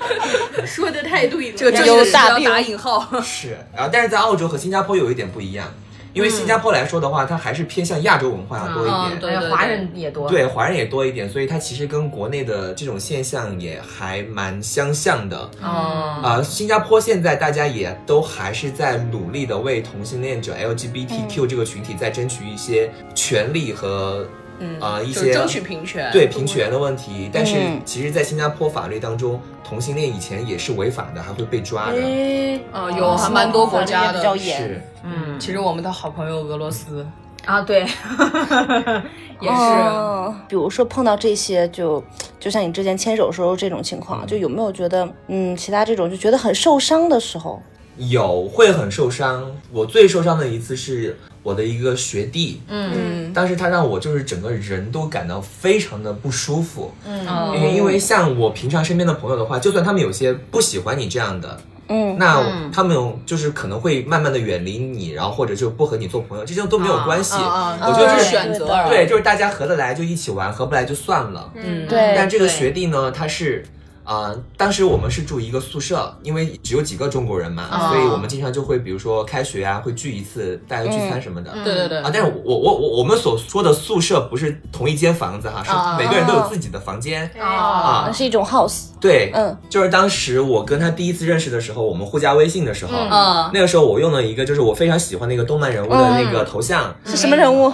说的太对了。这个正有确是大要病打引号。是，然后但是在澳洲和新加坡有一点不一样，因为新加坡来说的话，它还是偏向亚洲文化多一点。嗯嗯对哎呀华人也多。对，华人也多一点，所以它其实跟国内的这种现象也还蛮相像的。哦，啊、新加坡现在大家也都还是在努力的为同性恋者嗯 LGBTQ 这个群体在争取一些权利和嗯啊、一就是些争取平权。对平权的问题。但是嗯其实，在新加坡法律当中，同性恋以前也是违法的，还会被抓的。哎哎啊，有还蛮多国家比较的。严。是，嗯，其实我们的好朋友俄罗斯，啊，对，也是。哦，比如说碰到这些，就就像你之前牵手时候这种情况，就有没有觉得，嗯，其他这种就觉得很受伤的时候？有会很受伤。我最受伤的一次是我的一个学弟，嗯，当时他让我就是整个人都感到非常的不舒服，嗯，因为因为像我平常身边的朋友的话，就算他们有些不喜欢你这样的，嗯，那他们就是可能会慢慢的远离你，然后或者就不和你做朋友，这些都没有关系。啊我觉得就是选择而对，就是大家合得来就一起玩，合不来就算了。嗯，对但这个学弟呢，他是。啊、当时我们是住一个宿舍，因为只有几个中国人嘛，哦所以我们经常就会，比如说开学啊，会聚一次，大家聚餐什么的。对对对啊，但是我我我我们所说的宿舍不是同一间房子哈，哦是每个人都有自己的房间。啊啊是一种 house，对，嗯，就是当时我跟他第一次认识的时候，我们互加微信的时候，嗯那个时候我用了一个就是我非常喜欢的一个动漫人物的那个头像，是什么人物？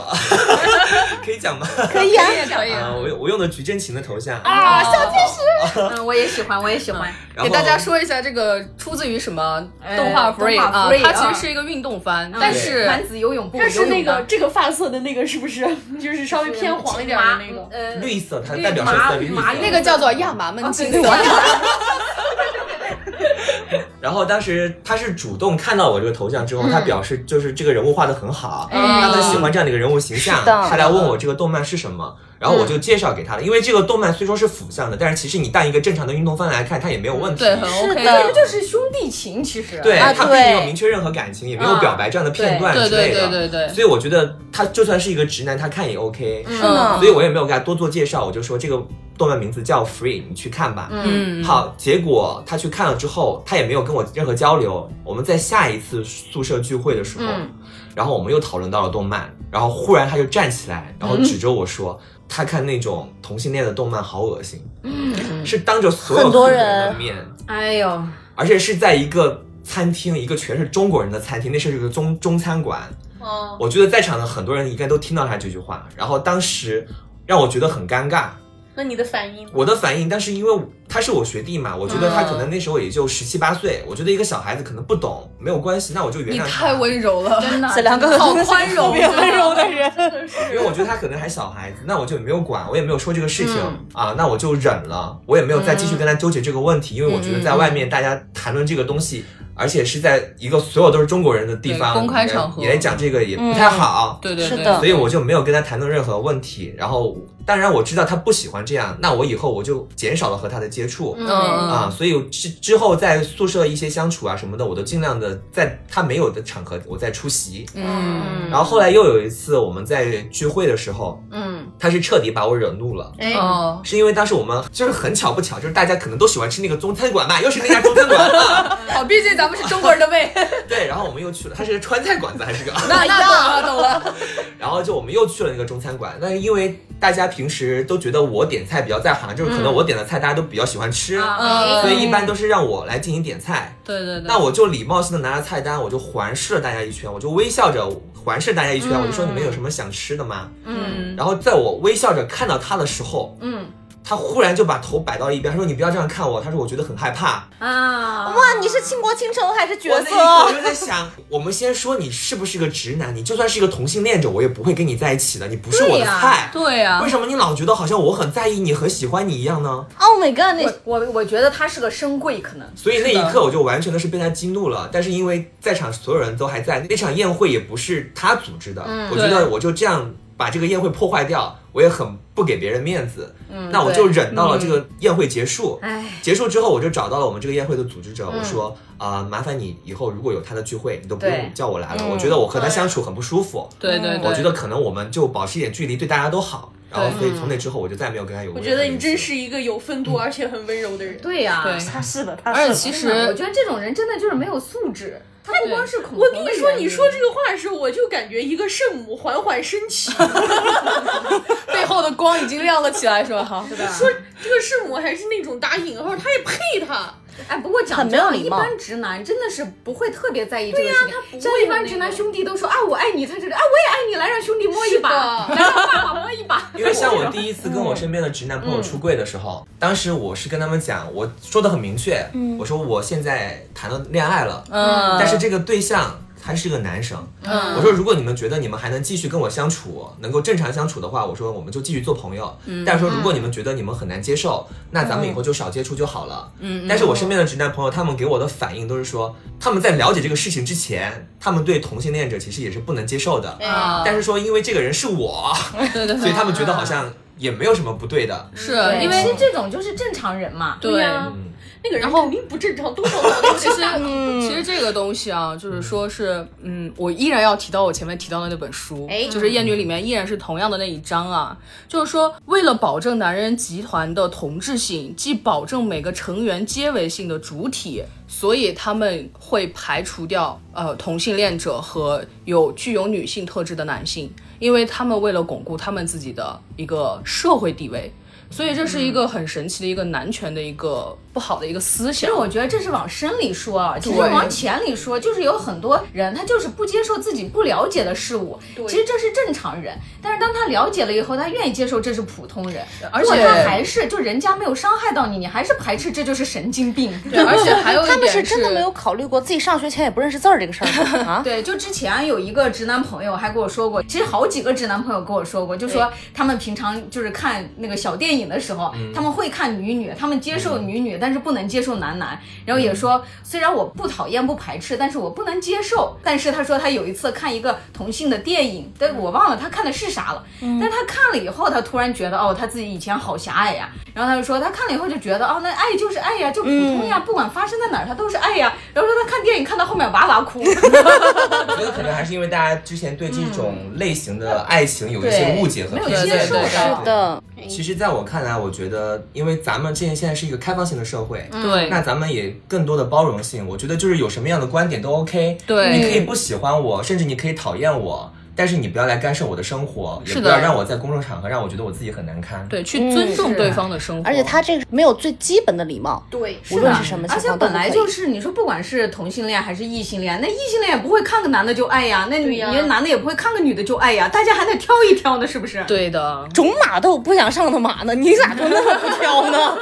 可以讲吗？可以啊，可 以啊，我用我用的菊正琴的头像，啊，小天 使，嗯，我也喜欢，我也喜欢，然给后大家说一下，这个出自于什么动画呃动画 Free 啊 Free，？它啊嗯其实是一个运动番，嗯但是男子游泳不，但是那游个泳的这个发色的那个是不是 就是稍微偏黄一点的那个？呃绿色，它绿代表是麻色绿色。麻那个叫做亚麻们金色。然后当时他是主动看到我这个头像之后，他嗯表示就是这个人物画的很好，嗯他很喜欢这样的一个人物形象，是的嗯他来问我这个动漫是什么，然后我就介绍给他了。因为这个动漫虽说是腐向的，但是其实你当一个正常的运动番来看，它也没有问题。对，很嗯 OK 的这就是兄弟情，其实对啊他并没有对明确任何感情，也没有表白这样的片段啊对之对类对的。对对，嗯所以我觉得他就算是一个直男，他看也 OK。是呢啊所以我也没有给他多做介绍，我就说这个动漫名字叫 Free，你去看吧。嗯，好，结果他去看了之后，他也没有跟我任何交流。我们在下一次宿舍聚会的时候，然后我们又讨论到了动漫，然后忽然他就站起来，然后指着我说。他看那种同性恋的动漫好恶心，嗯，是当着所有很多所有的人面，哎呦，而且是在一个餐厅，一个全是中国人的餐厅，那是一个中中餐馆。哦，我觉得在场的很多人应该都听到他这句话，然后当时让我觉得很尴尬，那你的反应呢？我的反应，但是因为他是我学弟嘛，我觉得嗯他可能那时候也就十七八岁，我觉得一个小孩子可能不懂，没有关系，那我就原你谅太他，温柔了，真的小梁哥哥嗯好宽容啊特别温柔的人，因为我觉得他可能还小孩子，那我就没有管，我也没有说这个事情、嗯啊，那我就忍了，我也没有再继续跟他纠结这个问题，因为我觉得嗯在外面大家谈论这个东西，而且是在一个所有都是中国人的地方，对公开场合嗯你来讲这个也不太好， 对对是对，的所以我就没有跟他谈论任何问题。然后，当然我知道他不喜欢这样，那我以后我就减少了和他的接触。嗯嗯啊，所以之之后在宿舍一些相处啊什么的，我都尽量的在他没有的场合我再出席。嗯，然后后来又有一次我们在聚会的时候，嗯他是彻底把我惹怒了。哎，哦，是因为当时我们就是很巧不巧，就是大家可能都喜欢吃那个中餐馆嘛，又是那家中餐馆、 啊，好，毕竟咱们是中国人的胃， 对，然后我们又去了，他是个川菜馆子还是个， 那那懂了懂了， 然后就我们又去了那个中餐馆，但是因为大家平时都觉得我点菜比较在行，就是可能我点的菜大家都比较喜欢吃，啊嗯哎所以一般都是让我来进行点菜。对对对，那我就礼貌性的拿着菜单，我就环视了大家一圈，我就微笑着环视大家一圈，我就说你们有什么想吃的吗？嗯然后在我微笑着看到他的时候，嗯他忽然就把头摆到一边，他说你不要这样看我，他说我觉得很害怕。啊，哇，你是倾国倾城还是角我那一刻我色？就在想， 我们先说你是不是个直男，你就算是一个同性恋者，我也不会跟你在一起的，你不是我对的呀菜。对啊呀为，什么你老觉得好像我很在意你，很喜欢你一样呢？ Oh my god！那我我我觉得他是个深贵，可能所以那一刻我就完全的是被他激怒了。但是因为在场所有人都还在，那场宴会也不是他组织的，嗯我觉得我就这样把这个宴会破坏掉，我也很不给别人面子。嗯，那我就忍到了这嗯个宴会结束。哎，结束之后，我就找到了我们这个宴会的组织者，我说嗯啊、麻烦你以后如果有他的聚会，你都不对用叫我来了，我觉得我和他相处很不舒服。对对对，我觉得可能我们就保持一点距离，对大家都好。然后，所以从那之后我就再没有跟他有过我任何觉联系。得你真是一个有风度而且很温柔的人。对呀，对。他是的，他而且其真的我实觉得这种人真的就是没有素质，他不光是恐我跟你说，你说这这个话的时候，我就感觉一个圣母缓缓升起。 背后的光已经亮了起来，是吧？哈，个说这个圣母还是那种打引号，他也配他？哎，不过讲很没真有的，礼一貌般直男真的是不会特别在意这个事情。不像会一有般那直男个兄弟都说啊，我爱你，他就是啊，我也爱你，来让兄弟摸一把，来让爸爸摸一把。 因为像我嗯第一次跟我身边的直男朋友出柜的时候，当时我是跟他们讲，嗯我说的很明确，我说我现在谈了恋爱了，嗯但是这个对象他是个男生。嗯，我说如果你们觉得你们还能继续跟我相处，能够正常相处的话，我说我们就继续做朋友。嗯，但是说如果你们觉得你们很难接受，那咱们以后就少接触就好了。嗯，但是我身边的直男朋友，他们给我的反应都是说，他们在了解这个事情之前，他们对同性恋者其实也是不能接受的。啊但是说因为这个人是我，对对所以对，他们觉得好像也没有什么不对的。是对因其为实这种就是正常人嘛。对对嗯，呀啊那个人然后肯定不正常，多少脑袋有其点实大。其实这个东西啊，就是说是，嗯，我依然要提到我前面提到的那本书，哎就是《厌女》里面依然是同样的那一章啊，就是说为了保证男人集团的同质性，即保证每个成员阶为性的主体，所以他们会排除掉呃同性恋者和有具有女性特质的男性，因为他们为了巩固他们自己的一个社会地位。所以这是一个很神奇的一个男权的一个不好的一个思其想啊实。我觉得这是往深里说啊，其实对往浅里说，就是有很多人他就是不接受自己不了解的事物，其实这是正常人。但是当他了解了以后，他愿意接受这是普通人，而如果且他还是就人家没有伤害到你，你还是排斥，这就是神经病。对，而且还有一他点们是真的没有考虑过自己上学前也不认识字儿这个事儿吗啊？对，就之前有一个直男朋友还跟我说过，其实好几个直男朋友跟我说过，就说他们平常就是看那个小电影的时候，他们会看女女，他们接受女女，但是不能接受男男。然后也说，虽然我不讨厌不排斥，但是我不能接受。但是他说他有一次看一个同性的电影，但我忘了他看的是啥了。嗯但他看了以后，他突然觉得哦，他自己以前好狭隘呀。然后他就说他看了以后就觉得哦，那爱就是爱呀，就普通嗯呀，不管发生在哪儿，他都是爱呀。然后说他看电影看到后面哇哇哭。我觉得可能还是因为大家之前对这种类型的爱情有一些对误解和没有偏见。接受对对对到是。的，其实，在我看来，我觉得，因为咱们这现在是一个开放性的社会，对那咱们也更多的包容性。我觉得就是有什么样的观点都 OK，对你可以不喜欢我，甚至你可以讨厌我，但是你不要来干涉我的生活，也是不的要让我在公众场合让我觉得我自己很难堪。，对，去尊重对方的生活，嗯而且他这个没有最基本的礼貌， 对， 无论是什么情而且况都本不可来以。就是，你说不管是同性恋还是异性恋，那异性恋也不会看个男的就爱呀，那女呀人男的也不会看个女的就爱呀，大家还得挑一挑呢，是不是？对的，种马都有不想上的马呢，你咋就那么不挑呢？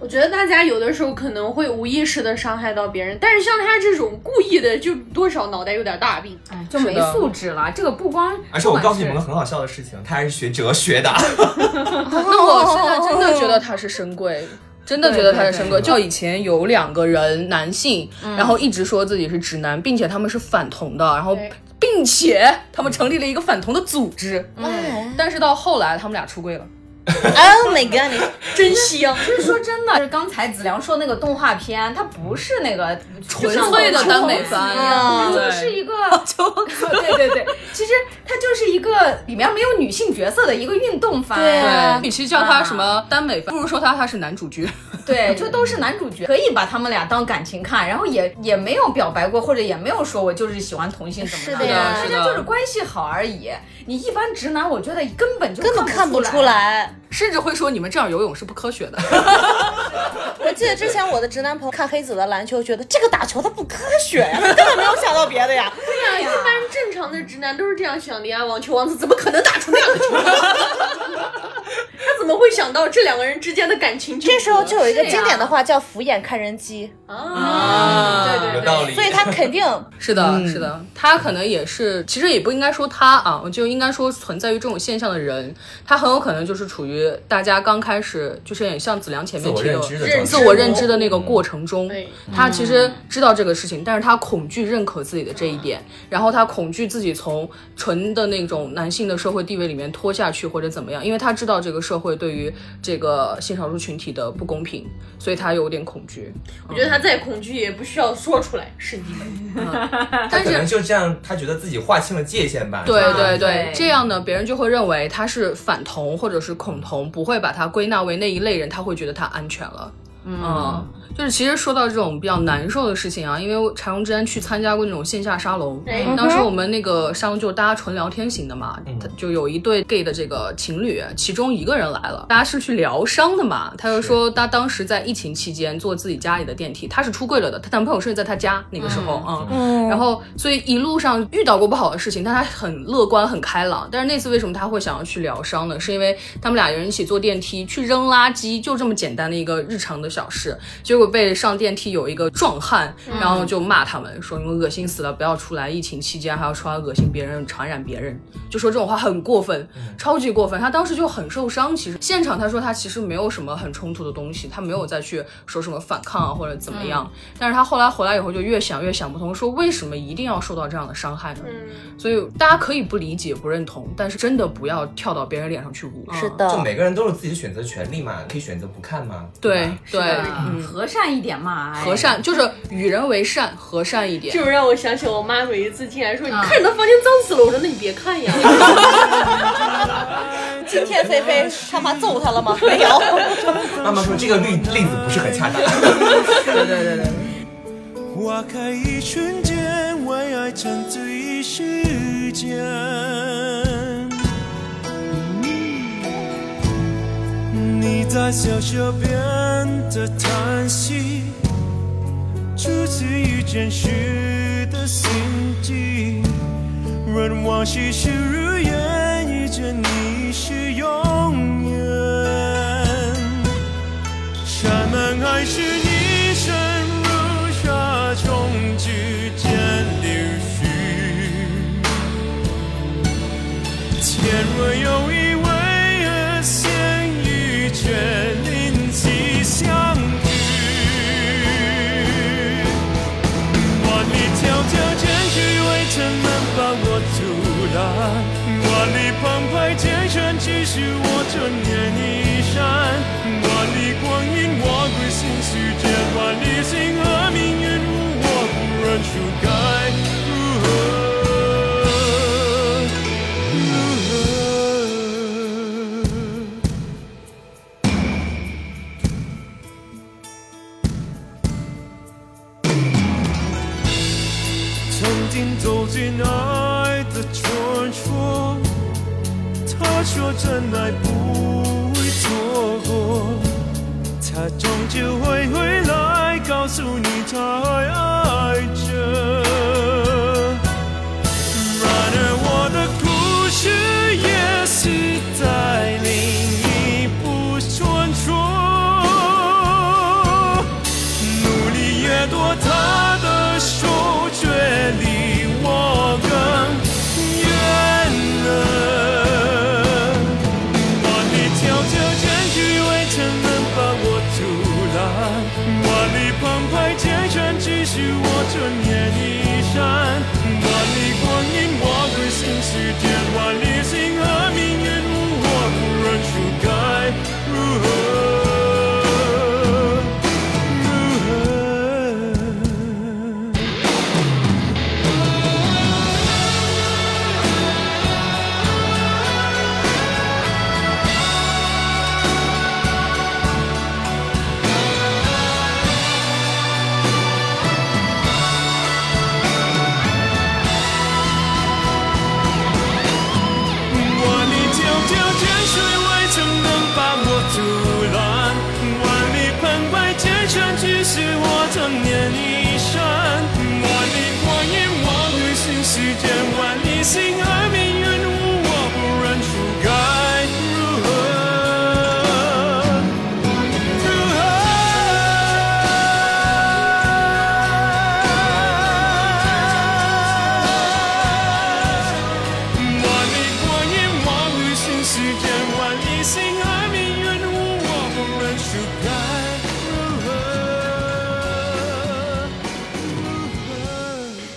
我觉得大家有的时候可能会无意识的伤害到别人，但是像他这种故意的，就多少脑袋有点大病。哎，就没是的素质了。这个不光，而且我不管告诉你们是个很好笑的事情，他还是学哲学的。 那我现在真哦的觉得他是深贵。真的觉得他是深贵。就以前有两个人，男性，嗯然后一直说自己是直男，并且他们是反同的，然后对并且他们成立了一个反同的组织。哎但是到后来，他们俩出 柜了。 ，Oh my god！你 真 香，就是说真的，就是刚才子良说那个动画片，它不是那个纯粹的耽美番啊它就对是一个， 对对对，其实它就是一个里面没有女性角色的一个运动番。对啊与其叫他什么耽美番，不如说他他是男主角。 对，就都是男主角，可以把他们俩当感情看，然后也也没有表白过，或者也没有说我就是喜欢同性什么是的呀大是家的就是关系好而已。你一般直男，我觉得根本就根本看不出出来。来。甚至会说你们这样游泳是不科学的。我记得之前我的直男朋友看黑子的篮球，觉得这个打球他不科学 呀，他根本没有想到别的 呀。对呀、一般正常的直男都是这样想的呀。网球王子怎么可能打出那样的球？ 他怎么会想到这两个人之间的感情纠葛？这时候就有一个是呀经典的话叫“俯眼看人机啊，对对对， 有道理”，所以他肯定是的，是的，他可能也是，其实也不应该说他啊，我就应该说存在于这种现象的人，他很有可能就是处于大家刚开始就是也像子良前自面我提的认知的状态认自我认知的那个过程中对，他其实知道这个事情，但是他恐惧认可自己的这一点，然后他恐惧自己从纯的那种男性的社会地位里面拖下去或者怎么样，因为他知道这个社会对于这个性少数群体的不公平，所以他有点恐惧。我觉得他再恐惧也不需要说出来，神经病。可但是能就这样，他觉得自己划清了界限吧。对是吧对对对，这样呢，别人就会认为他是反同或者是恐同，不会把他归纳为那一类人，他会觉得他安全了。嗯，就是其实说到这种比较难受的事情啊，因为柴荣之前去参加过那种线下沙龙，哎当时我们那个沙龙就是大家纯聊天型的嘛，他就有一对 gay 的这个情侣，其中一个人来了，大家是去疗伤的嘛，他就说他当时在疫情期间坐自己家里的电梯，他是出柜了的，她男朋友是在她家那个时候啊，然后所以一路上遇到过不好的事情，但他很乐观很开朗。但是那次为什么他会想要去疗伤呢？是因为他们俩人一起坐电梯去扔垃圾，就这么简单的一个日常的小事，结果被上电梯有一个壮汉，然后就骂他们说你们恶心死了，不要出来，疫情期间还要出来恶心别人、传染别人，就说这种话很过分，超级过分。他当时就很受伤，其实现场他说他其实没有什么很冲突的东西，他没有再去说什么反抗啊或者怎么样，但是他后来回来以后就越想越想不通，说为什么一定要受到这样的伤害呢？嗯所以大家可以不理解、不认同，但是真的不要跳到别人脸上去捂。是嗯就的，每个人都有自己的选择权利嘛，可以选择不看嘛。对吧对，嗯，和善一点嘛，哎和善就是与人为善，和善一点这。种让我想起我妈每一次进来啊说：“你看你的房间脏死了。”我说：“那你别 看呀。今天菲菲他妈揍他了 吗？没有。妈妈说这个例例子不是很 恰当。对对对对。花开一瞬间，为爱沉醉一世间。你在小小边的叹息，初次遇见时的心悸。任往事事如烟，遇见你是永远。山盟海誓，一生如沙，终之间流逝。前若有意，为人相遇，却灵犀相遇。我你迢迢千里为城门把我阻拦，我你澎湃千山只是我眷恋一山，我你光阴我归心事，这管理心和命运无我无人修改。曾经走进爱的传说，他说真爱不会错过，他终究会回来告诉你他还爱着。然而我的故事也许在另一部传说。努力越多，他的手却离我更远了。我你迢迢千里为城门把我阻拦，我你澎湃千山只是我眷恋一山，我你光阴我归心事，天万里星河命运无我无人修改。我你迢迢天水为城门把我阻拦，万里澎湃千山只是我眷念一生。万里光阴我旅行世间，万里星河命运无我不忍覆盖。如何？如何？万里光阴，我旅行世间，万里星河，命运无我，不忍修改。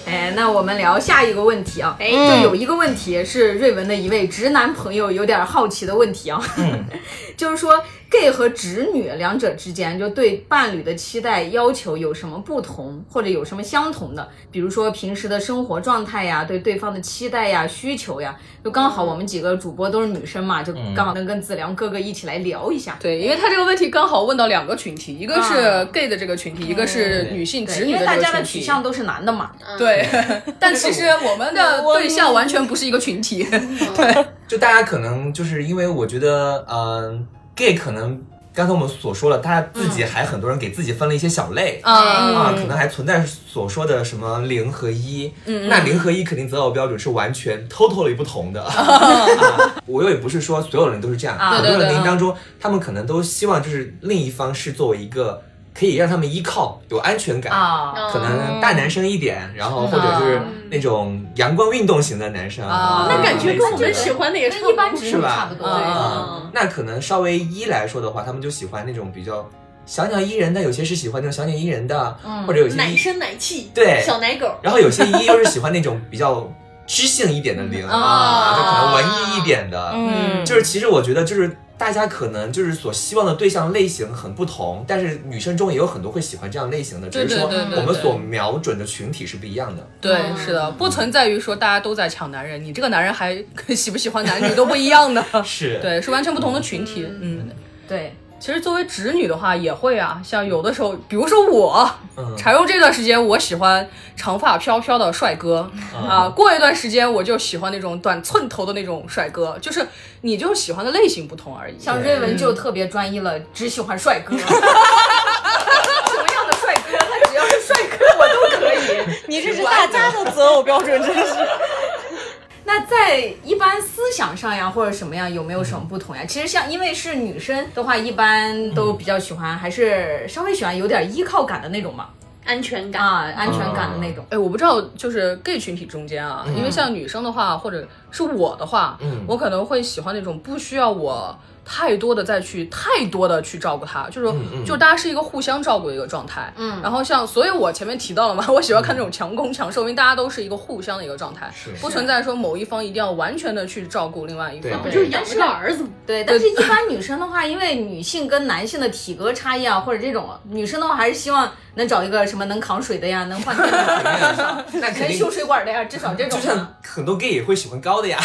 哎，那我们聊下一个问题啊，哎，就有一个问题是瑞文的一位直男朋友有点好奇的问题啊，嗯 就是说 gay 和直女两者之间就对伴侣的期待要求有什么不同，或者有什么相同的？比如说平时的生活状态呀，对对方的期待呀、需求呀，就刚好我们几个主播都是女生嘛，就嗯刚好能跟子良哥哥一起来聊一下。对，因为他这个问题刚好问到两个群体，一个是 gay 的这个群体，一个是女性啊嗯对直女因的为这大个家的取群体。向嗯都是男的嘛，对， 但其实我们 的对象完全不是一个群体。嗯对，就大家可能就是因为我觉得，嗯、g a y 可能刚才我们所说了，他自己还很多人给自己分了一些小类。 嗯啊，啊，可能还存在所说的什么零和一，嗯，那零和一肯定择偶标准是完全 totally 不同的。啊我又也不是说所有人都是这样，啊很对多对人对当中，他们可能都希望就是另一方是作为一个可以让他们依靠，有安全感。啊嗯可能大男生一点，然后或者是那种阳光运动型的男生，啊那感觉跟我类们似喜的欢的也差不多跟一般植是物吧差不多。嗯对啊、那可能稍微一来说的话，他们就喜欢那种比较小鸟依人的，有些是喜欢那种小鸟依人的，或者有些奶一声奶气，对小奶狗，然后有些一又是喜欢那种比较知性一点的零啊就可能文艺一点的，嗯，就是其实我觉得就是大家可能就是所希望的对象类型很不同，但是女生中也有很多会喜欢这样类型的，只是对对说对对我们对所瞄准的群体是不一样的。对，是的，不存在于说大家都在抢男人，你这个男人还 喜不喜欢男女都不一样的， 是，对，是完全不同的群体。嗯，对，其实作为直女的话也会啊，像有的时候，比如说我，嗯，柴油这段时间我喜欢长发飘飘的帅哥啊，过一段时间我就喜欢那种短寸头的那种帅哥，就是你就喜欢的类型不同而已。像瑞文就特别专一了，只喜欢帅哥。什 么样的帅哥？他只要是帅哥，我都可以。你这是大家的择偶标准，真是。那在一般思想上呀，或者什么样，有没有什么不同呀？其实像因为是女生的话，一般都比较喜欢，还是稍微喜欢有点依靠感的那种嘛，安全感。啊，安全感的那种。哎，我不知道，就是 gay 群体中间啊，因为像女生的话，或者是我的话，嗯我可能会喜欢那种不需要我太多的再去太多的去照顾他，就是、嗯就大家是一个互相照顾的一个状态。嗯，然后像，所以我前面提到了嘛，我喜欢看这种强攻强受，因为大家都是一个互相的一个状态，是不存在说某一方一定要完全的去照顾另外一对方。不就是养了个儿子嘛，对，但是一般女生的话，因为女性跟男性的体格差异啊，或者这种，女生的话还是希望能找一个什么能扛水的呀，能换电脑的呀， 那肯定能哎修水管的呀，至少这 种就啊。像很多 gay 也会喜欢高的呀，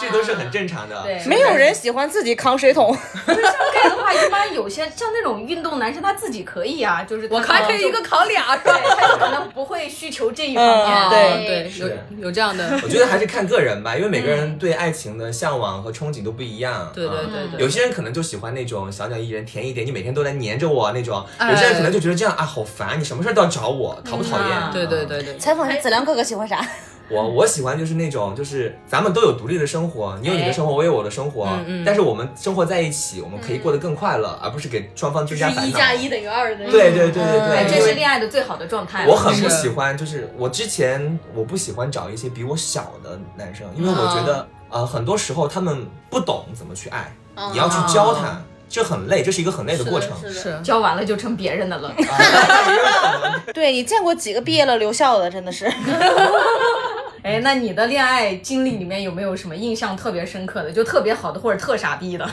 这都是很正常的。对，没有人喜欢自己扛水 桶，像 gay 的话，一般有些像那种运动男生，他自己可以啊，就是我他还可以一个扛俩，是吧？对，他就可能不会需求这一方面。嗯啊对对，是有有这 样的，我觉得还是看个人吧，因为每个人对爱情的向往和憧憬都不一样。对对嗯对对有些人可能就喜欢那种小鸟依人、甜一点，你每天都来黏着我那种；哎有些人可能就觉得这样啊好烦，你什么事儿都要找我，讨不讨厌？啊啊嗯对对。对对。采访一下子良哥哥喜欢啥？我我喜欢就是那种，就是咱们都有独立的生活，你有你的生活，我有我的生活，但是我们生活在一起，我们可以过得更快乐，而不是给双方就增是加烦一恼。加一等于二的。对对对对哎对，这因是为恋爱的最好的状态了。我很不是喜欢，就是我之前我不喜欢找一些比我小的男生，因为我觉得、呃很多时候他们不懂怎么去爱，你要去教他，这很累，这是一个很累的过程。啊是的，是，啊交完了就成别人的了。对你见过几个毕业了留校的？真的 是，哎，那你的恋爱经历里面有没有什么印象特别深刻的，就特别好的或者特傻逼的？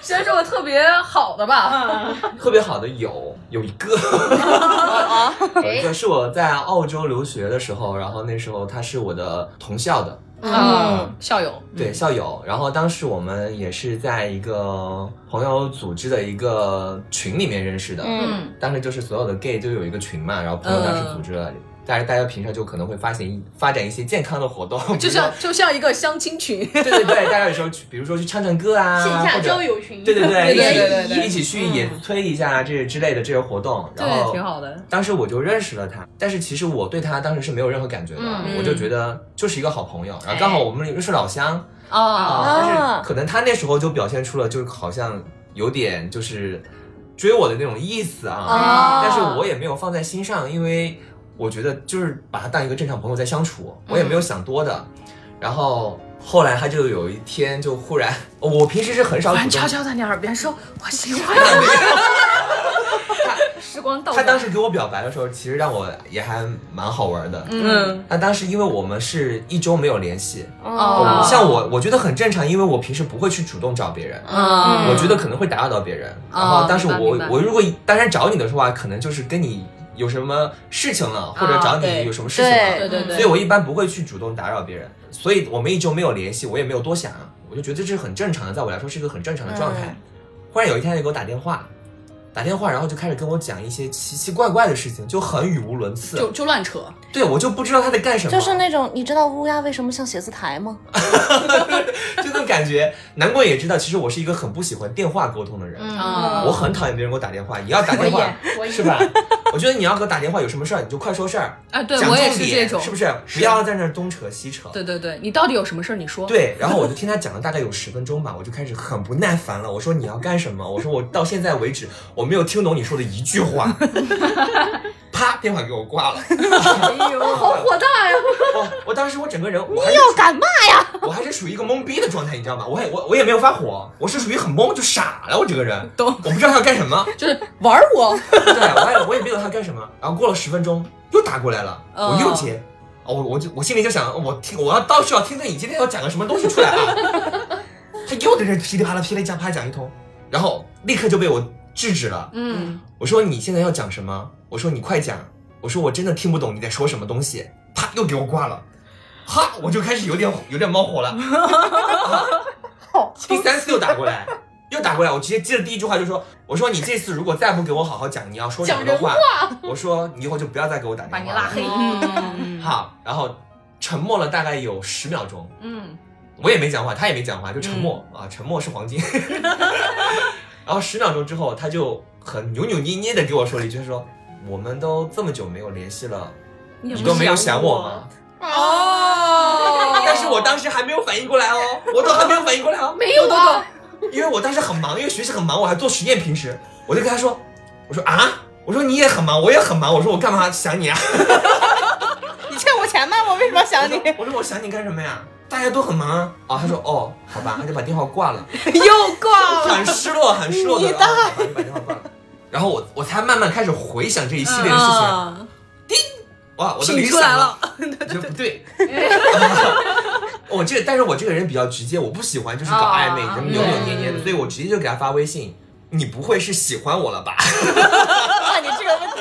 先说个特别好的吧，特别好的有有一个， 有一个是我在澳洲留学的时候，然后那时候他是我的同校的，嗯，校友，对校友，然后当时我们也是在一个朋友组织的一个群里面认识的，嗯，当时就是所有的 gay 都有一个群嘛，然后朋友当时组织嗯了，但是大家平常就可能会发行发展一些健康的活动，就比如像说就像一个相亲群，对对对，大家有时候去，比如说去唱唱歌 啊，线下或者交友群，对对对对对对，对一起一起去野炊一下这之类的这些活动，然后 对，挺好的。当时我就认识了他，但是其实我对他当时是没有任何感觉的，嗯我就觉得就是一个好朋友，然后刚好我们又是老乡，啊，但是可能他那时候就表现出了，就是好像有点就是追我的那种意思啊，哦但是我也没有放在心上，因为我觉得就是把他当一个正常朋友在相处，我也没有想多的。然后后来他就有一天就忽然，哦我平时是很少主反动悄，悄在你耳边说，我喜 欢你。时光倒他当流，时给我表白的时候，其实让我也还蛮好玩的。嗯，那当时因为我们是一周没有联系，哦像我我觉得很正常，因为我平时不会去主动找别人，嗯我觉得可能会打扰到别人。哦然后，但是明白我明白我如果当然找你的话，可能就是跟你有什么事情了，或者找啊对你有什么事情了，对对所以我一般不会去主动打扰别人。所以我们一周没有联系，我也没有多想，我就觉得这是很正常的，在我来说是一个很正常的状嗯态。忽然有一天，他就给我打电话。打电话，然后就开始跟我讲一些奇奇怪怪的事情，就很语无伦次。就就乱扯，对我就不知道他在干什么，就是那种你知道乌鸦为什么像写字台吗？ 就那种感觉。南宫也知道，其实我是一个很不喜欢电话沟通的人，嗯啊我很讨厌别人给我打电话，也要打电话我也我也是吧？我觉得你要给我打电话有什么事儿，你就快说事儿。哎，对讲我也重是点这种是不是？不要在那儿东扯西扯。对对对，你到底有什么事儿你说。对，然后我就听他讲了大概有十分钟吧，我就开始很不耐烦了。我说你要干什么？我说我到现在为止我没有听懂你说的一句话。 啪，电话给我挂了。哎好火大呀！我我当时我整个人，我还是要干嘛呀？我还是属于一个懵逼的状态，你知道吗？我还我我也没有发火，我是属于很懵，就傻了，我整个人，懂我不知道他要干什么，就是玩儿我，对我还我也没有他干什么。然后过了十分钟，又打过来了，我又接，哦，我我就我心里就想，我听我要倒是要听听你今天要讲个什么东西出来啊。他又在这噼里啪啦噼里啪啦讲一通，然后立刻就被我制止了。嗯，我说你现在要讲什么？我说你快讲。我说我真的听不懂你在说什么东西。啪，又给我挂了。哈，我就开始有点有点冒火了。 第三次又打过来，又打过来，我直接接着第一句话就说：“我说你这次如果再不给我好好讲你要说什么的话，我说你以后就不要再给我打把电你话拉了。黑。嗯”好，然后沉默了大概有十秒钟，嗯，我也没讲话，他也没讲话，就沉默、啊，沉默是黄金。然后十秒钟之后，他就很扭扭捏捏的给我说了一句，他说：“我们都这么久没有联系了，你你都没有想我吗？”哦，但是我当时还没有反应过来哦，我都还没有反应过来哦，没有啊，因为我当时很忙，因为学习很忙，我还做实验，平时我就跟他说，我说啊，我说你也很忙，我也很忙，我说我干嘛想你啊？ 你欠我钱吗？我为什么要想你？我说我想你干什么呀？大家都很忙啊。啊，他说哦，好吧，他就把电话挂了， 又挂了。很失落，很失落的，你啊、大好吧，就把电话挂了。然后我我才慢慢开始回想这一系列的事情，啊哇，我的品铃出响来 了，我觉得不对。我这个，但是我这个人比较直接，我不喜欢就是搞暧昧，啊什么扭扭捏捏的，嗯所以我直接就给他发微信。你不会是喜欢我了吧？ 哇，你这个问题，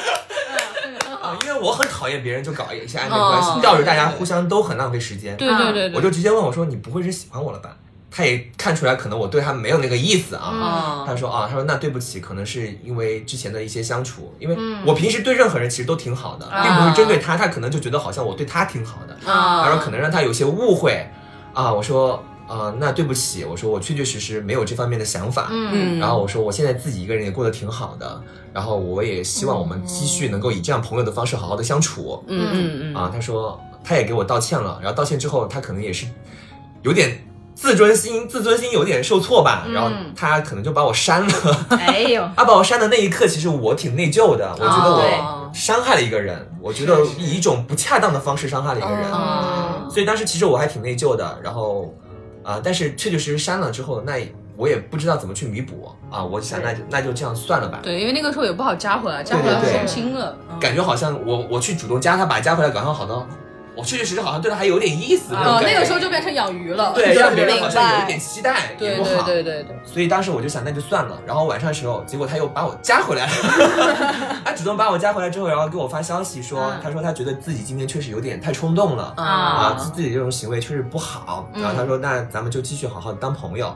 啊，因为我很讨厌别人就搞一些暧昧哦关系，吊着大家互相都很浪费时间。对对对对，我就直接问我说：“你不会是喜欢我了吧？”他也看出来可能我对他没有那个意思啊。嗯啊他说啊，他说那对不起，可能是因为之前的一些相处，因为嗯我平时对任何人其实都挺好的，啊并不是针对他，他可能就觉得好像我对他挺好的，啊他说可能让他有些误会，啊，我说啊、那对不起，我说我确确实实没有这方面的想法，嗯，然后我说我现在自己一个人也过得挺好的，然后我也希望我们继续能够以这样朋友的方式好好的相处，嗯嗯嗯啊，他说他也给我道歉了，然后道歉之后，他可能也是有点自尊心，自尊心有点受挫吧，嗯然后他可能就把我删了。哎 呦，他把我删的那一刻，其实我挺内疚的，我觉得哦我伤害了一个人，我觉得以一种不恰当的方式伤害了一个人，嗯啊所以当时其实我还挺内疚的。然后啊、但是确确实实删了之后，那我也不知道怎么去弥补啊，我想那就那就这样算了吧。对，因为那个时候也不好加回来，加回来对对对伤心了。嗯感觉好像我我去主动加他，把他加回来，感觉好像我确确实实好像对他还有点意思。种啊，感那觉个时候就变成养鱼了。对，让别人明好像有白一点期待，对也不对好。对对对，所以当时我就想，那就算了。然后晚上的时候，结果他又把我加回来 了，他主动把我加回来之后，然后给我发消息说，嗯他说他觉得自己今天确实有点太冲动了啊，自自己这种行为确实不好。嗯然后他说，那咱们就继续好好的当朋友。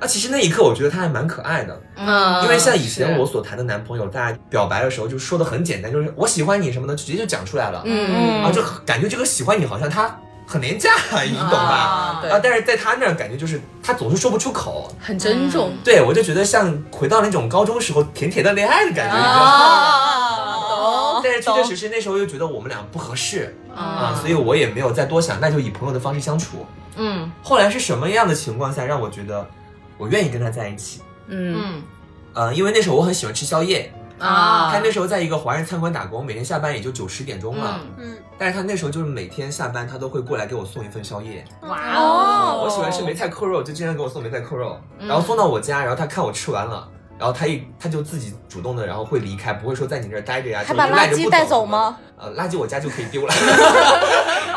那其实那一刻，我觉得他还蛮可爱的，嗯因为像以前是我所谈的男朋友，大家表白的时候就说的很简单，就是我喜欢你什么的，直接就讲出来了。嗯啊，就感觉这个喜欢你好像他很廉价，你懂吧？啊，啊，对，但是在他那儿感觉就是他总是说不出口，很珍重。对我就觉得像回到那种高中时候甜甜的恋爱的感觉，你知嗯道吗？啊，但是确确实实那时候又觉得我们俩不合适啊，所以我也没有再多想，那就以朋友的方式相处。嗯后来是什么样的情况下让我觉得我愿意跟他在一起？嗯嗯呃，因为那时候我很喜欢吃宵夜，啊他那时候在一个华人餐馆打工，每天下班也就九十点钟了。嗯，但是他那时候就是每天下班，他都会过来给我送一份宵夜。哇哦，我喜欢吃梅菜扣肉，就经常给我送梅菜扣肉，嗯然后送到我家，然后他看我吃完了，然后他一他就自己主动的，然后会离开，不会说在你这儿待着呀，还把就赖垃着圾不带走走什么吗？呃，垃圾我家就可以 丢了。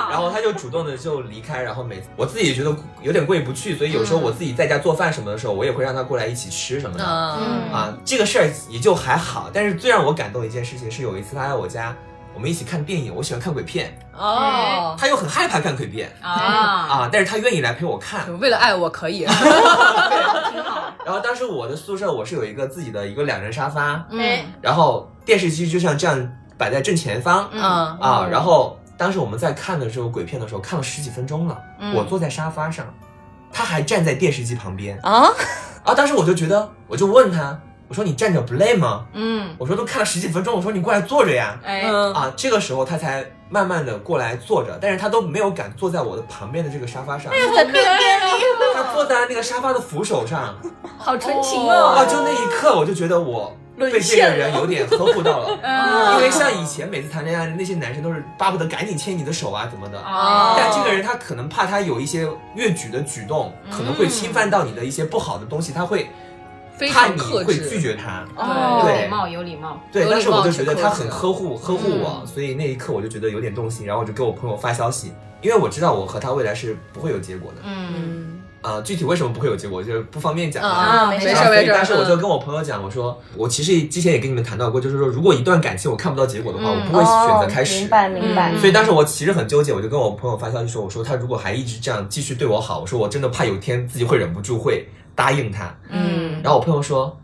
然后他就主动的就离开，然后每次我自己也觉得有点过意不去，所以有时候嗯我自己在家做饭什么的时候，我也会让他过来一起吃什么的。嗯啊，这个事儿也就还好，但是最让我感动的一件事情是，有一次他来我家，我们一起看电影，我喜欢看鬼片，哦他又很害怕看鬼片啊，啊，但是他愿意来陪我看，嗯为了爱我可 以。然后当时我的宿舍我是有一个自己的一个两人沙发，哎，然后电视机就像这样摆在正前方、嗯啊，然后当时我们在看的时候鬼片的时候看了十几分钟了，我坐在沙发上，他还站在电视机旁边啊，啊，当时我就觉得我就问他，我说你站着不累吗？嗯，我说都看了十几分钟，我说你过来坐着呀。哎，嗯，啊，这个时候他才慢慢的过来坐着，但是他都没有敢坐在我的旁边的这个沙发上，在边他坐在那个沙发的扶手上。好纯情啊，哦。就那一刻我就觉得我被这个人有点呵护到 嗯了，因为像以前每次谈恋爱，那些男生都是巴不得赶紧牵你的手啊怎么的。哦但这个人他可能怕他有一些越矩的举动，可能会侵犯到你的一些不好的东西，他会嗯非怕常你克会拒制。绝他。哦，有对礼貌，有礼貌。对，有但礼是我貌就觉去得克他制很呵护呵护我，所以那一刻我就觉得有点动心，然后我就给我朋友发消息，因为我知道我和他未来是不会有结果的。嗯啊，具体为什么不会有结果，就是不方便讲了。啊，没没事事啊儿所以没事儿但是我就跟我朋友讲，我说我其实之前也跟你们谈到过，就是说如果一段感情我看不到结果的话，嗯我不会选择开哦、始明。白明白。所以当时我其实很纠结，我就跟我朋友发消息说，我说他如果还一直这样继续对我好，我说我真的怕有一天自己会忍不住会答应他。嗯然后我朋友说，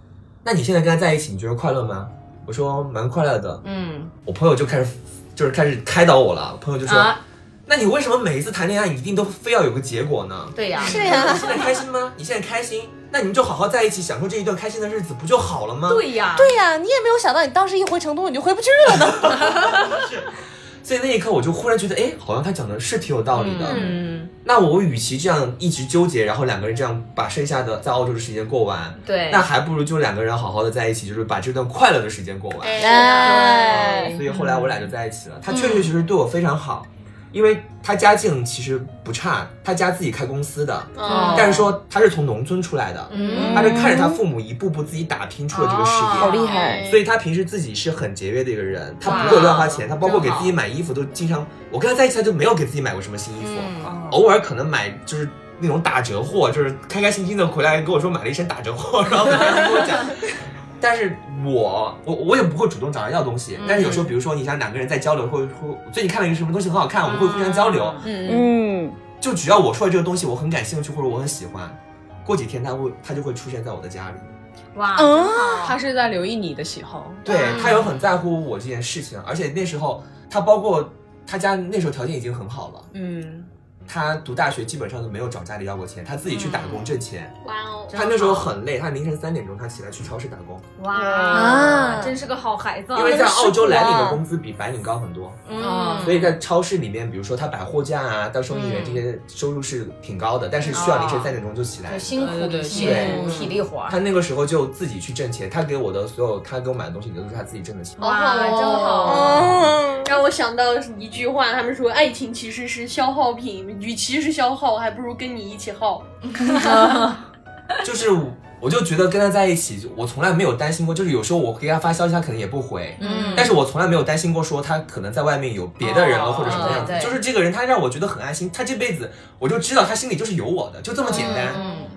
那你现在跟他在一起，你觉得快乐吗？我说蛮快乐的。嗯我朋友就开始就是开始开导我了，我朋友就说，啊，那你为什么每一次谈恋爱你一定都非要有个结果呢？对呀，对呀、你现在开心吗？你现在开心，那你们就好好在一起，享受这一段开心的日子，不就好了吗？，对呀，对呀、你也没有想到你当时一回成都你就回不去了呢。所以那一刻我就忽然觉得，哎，好像他讲的是挺有道理的。嗯，那我与其这样一直纠结，然后两个人这样把剩下的在澳洲的时间过完，对那还不如就两个人好好的在一起，就是把这段快乐的时间过完。哎，所以后来我俩就在一起了。他嗯确确实实对我非常好，因为他家境其实不差，他家自己开公司的，哦但是说他是从农村出来的，嗯他是看着他父母一步步自己打拼出了这个事业，哦好厉害所以他平时自己是很节约的一个人，他哇不会乱花钱，他包括给真好自己买衣服都经常，我跟他在一起他就没有给自己买过什么新衣服，嗯哦偶尔可能买就是。那种打折货，就是开开心心的回来跟我说买了一身打折货，然后他还跟我 讲。但是我我我也不会主动找人要东嗯西，但是有时候比如说你想两个人在交流，或者说最近看了一个什么东西很好嗯看，我们会互相交流。嗯，就只要我说的这个东西我很感兴趣或者我很喜欢，过几天他会他就会出现在我的家里。哇，嗯他是在留意你的喜好，对他有很在乎我这件事情，而且那时候他包括他家那时候条件已经很好了，嗯，他读大学基本上都没有找家里要过钱，他自己去打工挣钱。哇哦，他那时候很累，他凌晨三点钟他起来去超市打工，哇，啊真是个好孩子啊，因为在澳洲蓝领的工，工资比白领高很多，嗯，所以在超市里面，比如说他百货价啊、到收银员嗯这些收入是挺高的，但是需要凌晨三点钟就起来就。辛苦一些对体力活儿，他那个时候就自己去挣钱，他给我的所有他给我买的东西，都是他自己挣的钱。哇，真好，哦，让我想到一句话，他们说爱情其实是消耗品，与其是消耗，还不如跟你一起耗。就是我我就觉得跟他在一起，我从来没有担心过，就是有时候我给他发消息，他可能也不回，嗯但是我从来没有担心过说他可能在外面有别的人了哦或者什么样子对，对就是这个人他让我觉得很安心，他这辈子我就知道他心里就是有我的，就这么简单。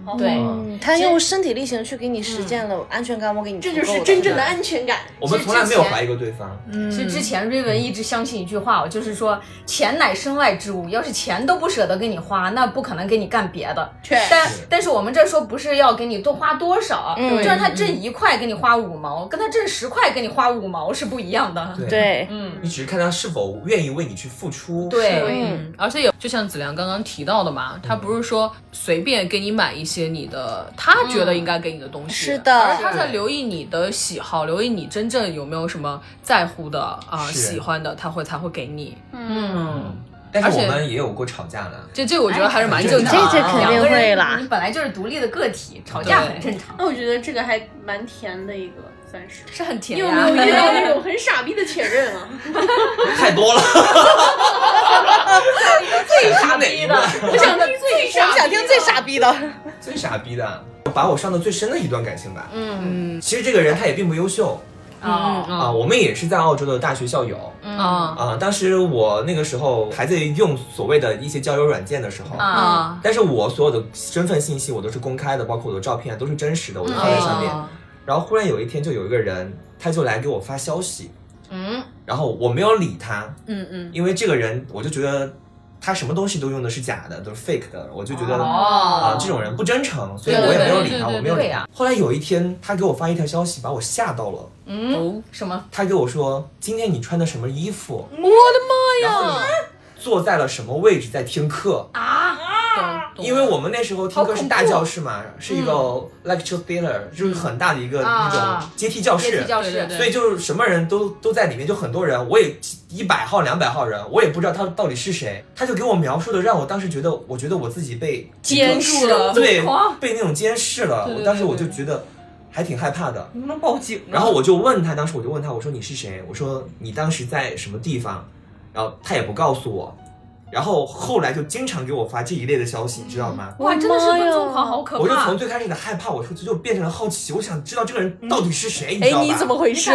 嗯，对。嗯，他用身体力行去给你实践了安全感，我给你这足就够是真正的安全感。我们其实从来没有之前嗯怀疑过对方，其实之前瑞文一直相信一句话，就是说钱乃身外之物，要是钱都不舍得给你花，那不可能给你干别的。确实但但是我们这说不是要给你多花多少，嗯就让他挣一块给你花五毛，跟他挣十块给你花五毛是不一样的。对对，嗯，你只是看他是否愿意为你去付出。对，嗯而且也就像子良刚刚提到的嘛，他不是说随便给你买一些你的他觉得应该给你的东西，是的他在留意你的喜好，留意你真正有没有什么在乎的啊、是喜欢的，他会才会给你。但而是且我们也有过吵架的，这这我觉得还是蛮正常的啊，这这肯定两个人会啦你本来就是独立的个体，吵架很正常。那我觉得这个还蛮甜的一个，算是。是很甜你有呀、没有遇到那种很傻逼的前任啊？ 太多 了。最傻逼的，我想听最我傻们想听最傻逼的，最傻逼的，把我伤的最深的一段感情吧。嗯，其实这个人他也并不优秀哦嗯啊，我们也是在澳洲的大学校友。嗯啊啊，当时我那个时候还在用所谓的一些交友软件的时候，啊，但是我所有的身份信息我都是公开的，包括我的照片啊都是真实的，我都放在上嗯啊面。然后忽然有一天，就有一个人，他就来给我发消息，嗯然后我没有理他，嗯嗯，因为这个人我就觉得他什么东西都用的是假的，都是 fake 的，我就觉得啊、哦这种人不真诚，所以对我也没有对理他，对我没有理对他呀。后来有一天，他给我发一条消息，把我吓到了。哦，什么？他给我说今天你穿的什么衣服？我的妈呀！然后你坐在了什么位置在听课啊？懂懂因为我们那时候听歌是大教室嘛，是一个 lecture theater，、就是很大的一个那种嗯啊阶梯教阶室梯，教对对室对所以就是什么人都都在里面，就很多人，我也一百号、两百号人，我也不知道他到底是谁，他就给我描述的，让我当时觉得，我觉得我自己被监视了对哇，被那种监视了，对对我当时对我对就觉得还挺害怕的。能不能报警？然后我就问他，当时我就问他，我说你是谁？我说你当时在什么地方？然后他也不告诉我。然后后来就经常给我发这一类的消息，你知道嗯吗？哇，真的是妈呀跟踪狂，好可怕！我就从最开始的害怕，我说就变成了好奇，我想知道这个人到底是谁，你哎知，道吧？你怎么 回事？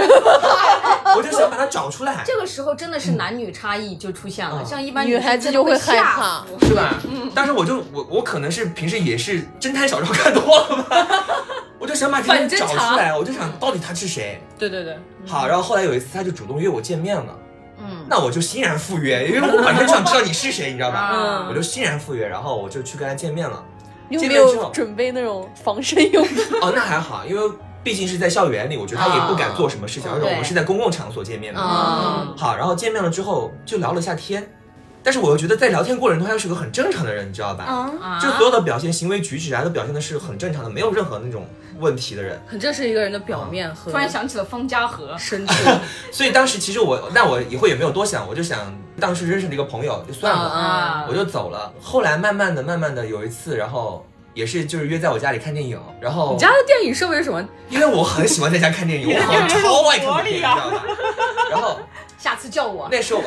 我就想把他找出来，这个时候真的是男女差异就出现了，嗯像一般女孩子就会会害吓怕死。是吧？嗯但是我就我我可能是平时也是侦探小说看多了吧， 我就想把这个人找出来，我就想到底他是谁。对对嗯对，好，然后后来有一次他就主动约我见面了，嗯那我就欣然赴约，因为我本身就想知道你是谁，你知道吧？啊我就欣然赴约，然后我就去跟他见面了。嗯你有见没面之有后，准备那种防身用品？哦，那还好，因为毕竟是在校园里，我觉得他也不敢做什么事情，哦啊而且我对们是在公共场所见面的。嗯啊，嗯好，然后见面了之后就聊了一下天，但是我又觉得在聊天过程中他是个很正常的人，你知道吧？啊就所有的表现、行为举止啊，都表现的是很正常的，没有任何那种问题的人。很正视一个人的表面和突然想起了方家和，深处，所以当时其实我，那我以后也没有多想，我就想当时认识了一个朋友就嗯算了，啊我就走了。后来慢慢的、慢慢的有一次，然后也是就是约在我家里看电影，然后你家的电影设备是什么？因为我很喜欢在家看电影，我很超爱看电影，你知道吧？然后下次叫我。那时候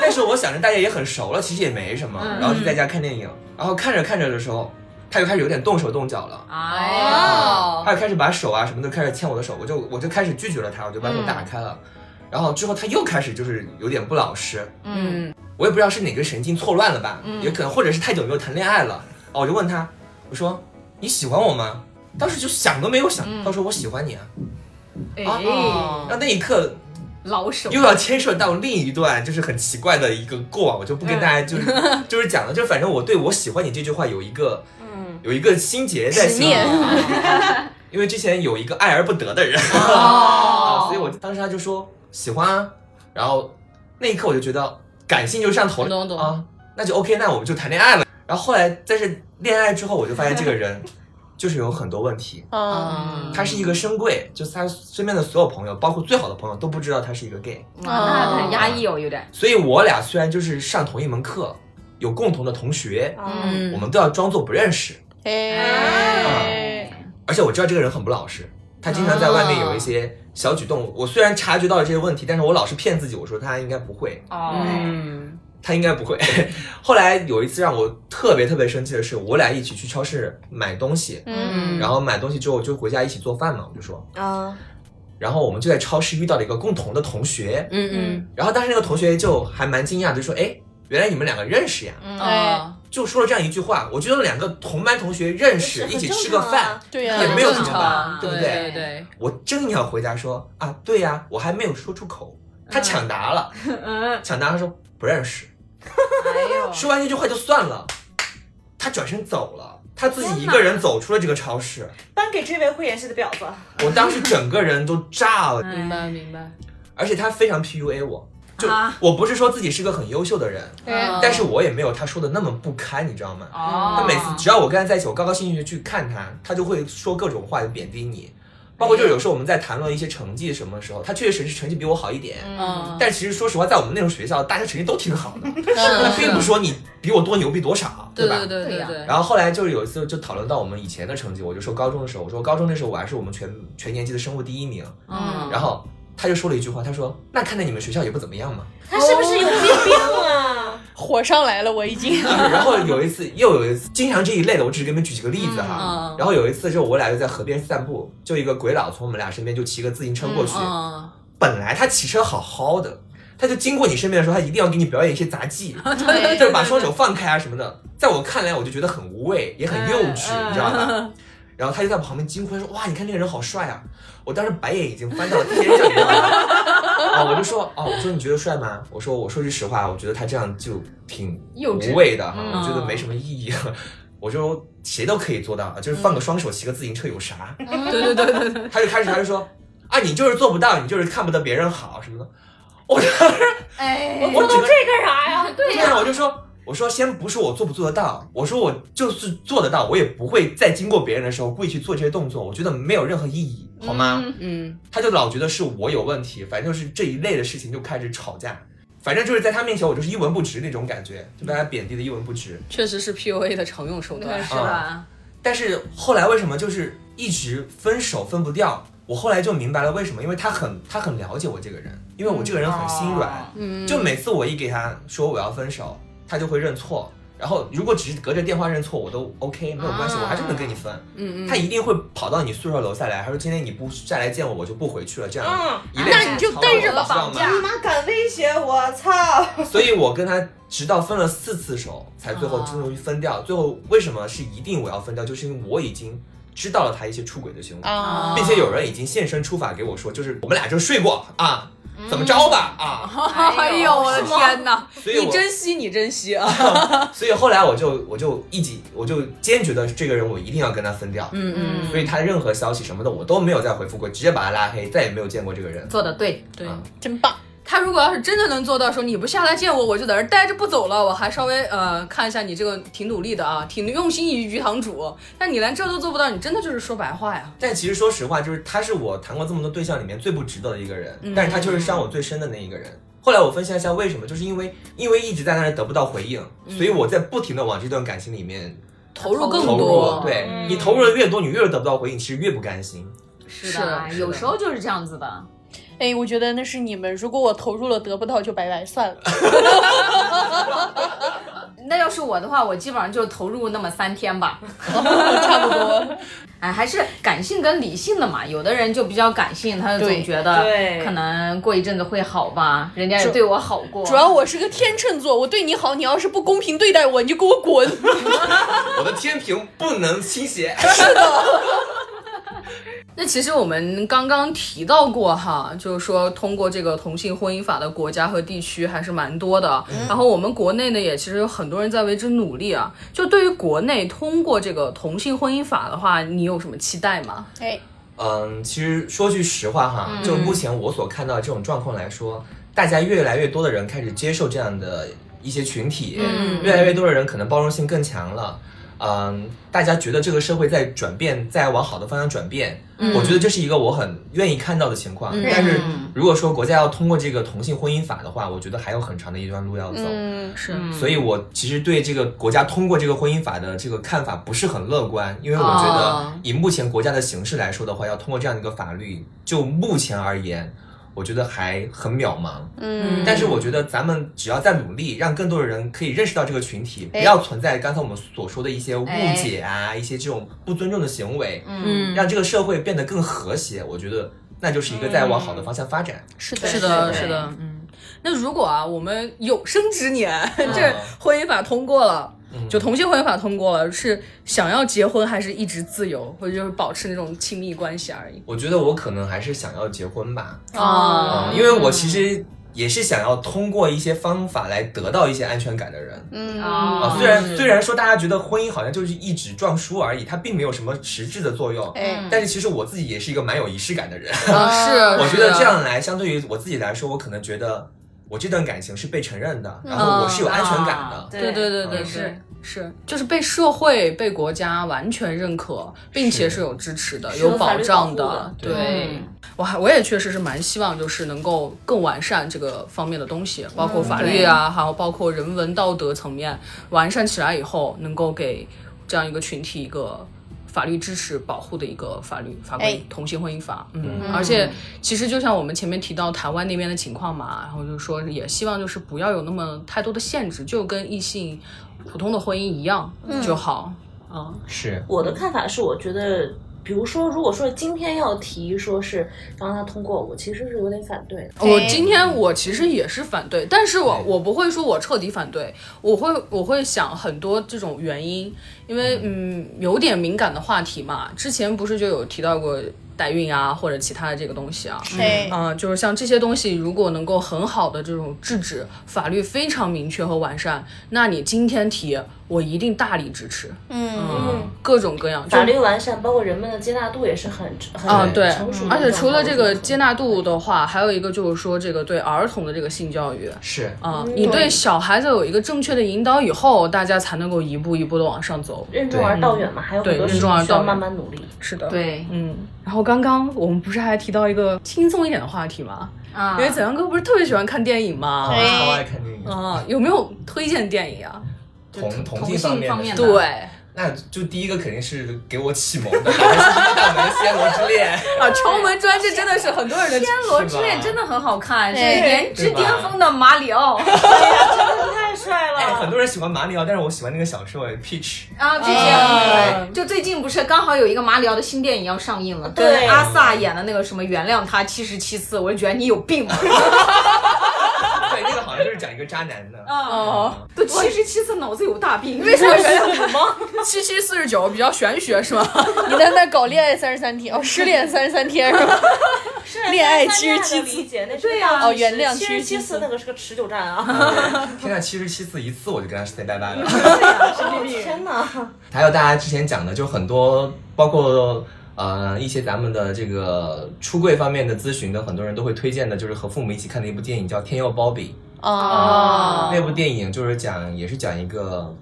那时候我想着大家也很熟了，其实也没什么，然后就在家看电影，然后看着看着的时候，他就开始有点动手动脚了。哎哦呀，他就开始把手啊什么的开始牵我的手，我就我就开始拒绝了他，我就把门打开了。然后之后他又开始就是有点不老实，嗯，我也不知道是哪根神经错乱了吧，也可能或者是太久没有谈恋爱了。哦，我就问他，我说你喜欢我吗？当时就想都没有想，他说我喜欢你啊。嗯哎，哦那那一刻老 手又要牵涉到另一段就是很奇怪的一个过往，我就不跟大家就是、 就是讲了，就反正我对我喜欢你这句话有一个嗯有一个心结在心里执，因为之前有一个爱而不得的人。 哦啊，所以我当时他就说喜欢啊，然后那一刻我就觉得感性就上头了，懂懂啊，那就 OK，那我们就谈恋爱了。然后后来，但是恋爱之后，我就发现这个人就是有很多问题。啊，嗯，他是一个深柜，就是他身边的所有朋友，包括最好的朋友，都不知道他是一个 gay。 那很压抑哦，有点。所以我俩虽然就是上同一门课，有共同的同学，嗯我们都要装作不认识。哎而且我知道这个人很不老实，他经常在外面有一些小举动。我虽然察觉到了这些问题，但是我老是骗自己，我说他应该不会。哦，嗯，他应该不会。 后来有一次让我特别特别生气的是，我俩一起去超市买东西，嗯然后买东西之后就回家一起做饭嘛，我就说，啊，然后我们就在超市遇到了一个共同的同学，嗯然后当时那个同学就还蛮惊讶，就说，哎，原来你们两个认识呀，嗯，啊，就说了这样一句话，我觉得两个同班同学认识，一起吃啊个饭。对也 呀，没有很什么正常吧，对对不对对对，我正要回答说啊，对呀、我还没有说出口，他嗯抢答 了，抢答他说不认识，哎呦，说完这句话就算了，他转身走了，他自己一个人走出了这个超市。颁给这位慧眼识的婊子。我当 时整个人都炸嗯了，明白明白。而且他非常 PUA 我，就啊我不是说自己是个很优秀的人，嗯但是我也没有他说的那么不堪，你知道吗？哦，他每次只要我跟他在一起，我高高兴兴的去看他，他就会说各种话贬低你，包括就有时候我们在谈论一些成绩什么时候，他确实是成绩比我好一点，嗯，但其实说实话，在我们那种学校，大家成绩都挺好的， 是并不是说你比我多牛逼多少，对吧？对对对对，然后后来就是有一次就讨论到我们以前的成绩，我就说高中的时候，我说高中那时候我还是我们全全年级的生物第一名，嗯，然后他就说了一句话，他说那看在你们学校也不怎么样嘛。他是不是有病啊？火上来了，我已 经。然后有一次又有一次，经常这一类的，我只是给你们举几个例子嗯哈嗯。然后有一次就我俩就在河边散步，就一个鬼佬从我们俩身边就骑个自行车过去，嗯，本来他骑车好好的。他就经过你身边的时候，他一定要给你表演一些杂 技，对就是把双手放开啊什么的。在我看来，我就觉得很无味，也很幼稚，嗯你知道吧？然后他就在旁边惊呼，他说：“哇，你看那个人好帅啊！”我当时白眼已经翻到了天上，你知道 吗？啊，我就说：“哦，我说你觉得帅吗？”我说：“我说句实话，我觉得他这样就挺幼稚无味的哈，嗯我觉得没什么意义。啊我就谁都可以做到，啊就是放个双手骑个自行车有啥？嗯对对对对对，他就开始他就说：“啊，你就是做不到，你就是看不得别人好什么的。”我当时哎，我整个干啥呀？对对呀、 呀，我就说我说先不说我做不做得到，我说我就是做得到，我也不会在经过别人的时候故意去做这些动作，我觉得没有任何意义，好吗？嗯，他就老觉得是我有问题，反正就是这一类的事情就开始吵架，反正就是在他面前我就是一文不值那种感觉，就把他贬低的一文不值。确实是 PUA 的常用手段。是吧？但是后来为什么就是一直分手分不掉？我后来就明白了为什么，因为他很他很了解我这个人，因为我这个人很心软，嗯就每次我一给他说我要分手，他就会认错。然后如果只是隔着电话认错，我都 OK 没有关系，我还是能跟你分。嗯嗯，他一定会跑到你宿舍楼下来，他说今天你不再来见我，我就不回去了。这嗯样一类啊那你就吵对我着知道绑吗架你妈敢威胁我，操！所以我跟他直到分了四次手，才最后终于分掉。最后为什么是一定我要分掉，就是因为我已经知道了他一些出轨的行为。啊并且有人已经现身出法给我说，就是我们俩就睡过啊，怎么着吧啊，哎呦我的天哪！所以我你珍惜，你珍惜啊！ 所以后来我就我就一直我就坚决的这个人我一定要跟他分掉，嗯嗯，所以他任何消息什么的我都没有再回复过，直接把他拉黑，再也没有见过这个人。做的对，对。啊真棒！他如果要是真的能做到说你不下来见我，我就在这儿待着不走了，我还稍微呃看一下你这个挺努力的啊，挺用心于鱼塘煮，但你连这都做不到，你真的就是说白话呀。但其实说实话，就是他是我谈过这么多对象里面最不值得的一个人，嗯但是他就是伤我最深的那一个人。后来我分析了一下为什么，就是因为因为一直在那儿得不到回应，所以我在不停的往这段感情里面投入嗯更投多嗯入。，，对、你投入的越多，你越是得不到回应，其实越不甘心。是的，是的有时候就是这样子的。哎，我觉得那是你们。如果我投入了得不到，就拜拜算了。那要是我的话，我基本上就投入那么三天 吧，差不多。 哎，还是感性跟理性的嘛。有的人就比较感性，他就总对觉得对可能过一阵子会好吧，人家也对我好过。主要我是个天秤座，我对你好，你要是不公平对待我，你就给我滚。我的天平不能倾斜。那其实我们刚刚提到过哈，就是说通过这个同性婚姻法的国家和地区还是蛮多的。然后我们国内呢，也其实有很多人在为之努力啊。就对于国内通过这个同性婚姻法的话，你有什么期待吗？哎，嗯，其实说句实话哈，就目前我所看到的这种状况来说，大家越来越多的人开始接受这样的一些群体，嗯越来越多的人可能包容性更强了。嗯，大家觉得这个社会在转变，在往好的方向转变，我觉得这是一个我很愿意看到的情况。但是如果说国家要通过这个同性婚姻法的话，我觉得还有很长的一段路要走。嗯，是，所以我其实对这个国家通过这个婚姻法的这个看法不是很乐观，因为我觉哦得以目前国家的形势来说的话，要通过这样的一个法律，就目前而言，我觉得还很渺茫。嗯但是我觉得咱们只要再努力，让更多的人可以认识到这个群体，哎不要存在刚才我们所说的一些误解啊，一些这种不尊重的行为，嗯，让这个社会变得更和谐，我觉得那就是一个在往好的方向发展。是的，是的，对是的，嗯。那如果啊，我们有生之年、嗯 这婚姻法通过了，嗯就同性婚姻法通过了，是想要结婚还是一直自由，或者就是保持那种亲密关系而已？我觉得我可能还是想要结婚吧。哦啊嗯，因为我其实也是想要通过一些方法来得到一些安全感的人。嗯啊，啊虽然虽然说大家觉得婚姻好像就是一纸状书而已，它并没有什么实质的作用，哎，但是其实我自己也是一个蛮有仪式感的人。啊，是，我觉得是这，样来，相对于我自己来说，我可能觉得我这段感情是被承认的，然后我是有安全感的。啊对对对对，嗯是。是，就是被社会、被国家完全认可，并且是有支持的、是有保障有法律保护的对，对我还我也确实是蛮希望，就是能够更完善这个方面的东西，包括法律啊，还有包括人文道德层面完善起来以后，能够给这样一个群体一个法律支持保护的一个法律法规哎，同性婚姻法。嗯，而且其实就像我们前面提到台湾那边的情况嘛，然后就说也希望就是不要有那么太多的限制，就跟异性普通的婚姻一样就好。啊，是，我的看法是，我觉得，比如说，如果说今天要提说是让他通过，我其实是有点反对的。我今天我其实也是反对，但是我我不会说我彻底反对，我会我会想很多这种原因，因为嗯有点敏感的话题嘛，之前不是就有提到过代孕啊或者其他的这个东西啊，哎，啊、就是像这些东西，如果能够很好的这种制止，法律非常明确和完善，那你今天提，我一定大力支持。嗯，嗯，各种各样，就法律完善，包括人们的接纳度也是很很啊，对成熟，的而且除了这个接纳，纳度的话，还有一个就是说这个对儿童的这个性教育是啊，你对小孩子有一个正确的引导以后，大家才能够一步一步的往上走。任重而道远嘛，还有很对多任事重而情需道要远慢慢努力。是的，，对嗯。然后刚刚我们不是还提到一个轻松一点的话题吗？啊因为子阳哥不是特别喜欢看电影啊，吗？超爱看电影，啊，有没有推荐电影啊？同同同性性方面方的面是的吧，对那就第一个肯定是给我启蒙的， 还是《大门暹罗之恋》。啊，《城门砖》这真的是很多人的《天罗之恋》真的很好看，是颜值对吧巅峰的马里奥太帅哎，很多人喜欢马里奥，但是我喜欢那个小说哎 Peach。啊，这啊些。就最近不是刚好有一个马里奥的新电影要上映了，跟对阿萨演的那个什么《原谅他七十七次》，我就觉得你有病吧。 对，那个好像就是讲一个渣男的。哦，都七十七次，脑子有大 病。为什么原谅我吗？七七四十九比较玄学是吗？你在 那搞恋爱三十三天，哦，失恋三十三 天是吧？恋爱七十七次理解那是对啊呀哦原谅七十77次那个是个持久战啊！现在嗯七十七次一次我就跟他 say 拜拜了。啊哦天哪，还有大家之前讲的，就很多包括呃一些咱们的这个出柜方面的咨询的，很多人都会推荐的，就是和父母一起看的一部电影叫《天佑鲍比》。哦那部电影就是讲，也是讲一个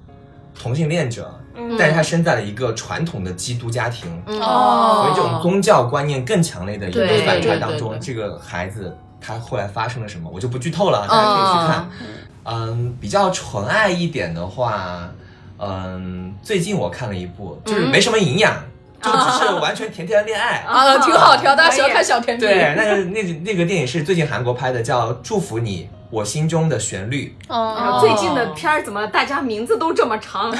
同性恋者，嗯但是他生在了一个传统的基督家庭，哦有一种宗教观念更强烈的一个对反差对当对中对，这个孩子他后来发生了什么，我就不剧透哦了，大家可以去看。嗯，比较纯爱一点的话，嗯，最近我看了一部，就是嗯没什么营哦养，就只是完全甜甜的恋爱。 啊，哦挺好，挺好，大家喜欢看小甜品。对，那个那那个电影是最近韩国拍的，叫《祝福你，我心中的旋律》。哦然后最近的片儿怎么大家名字都这么长？对，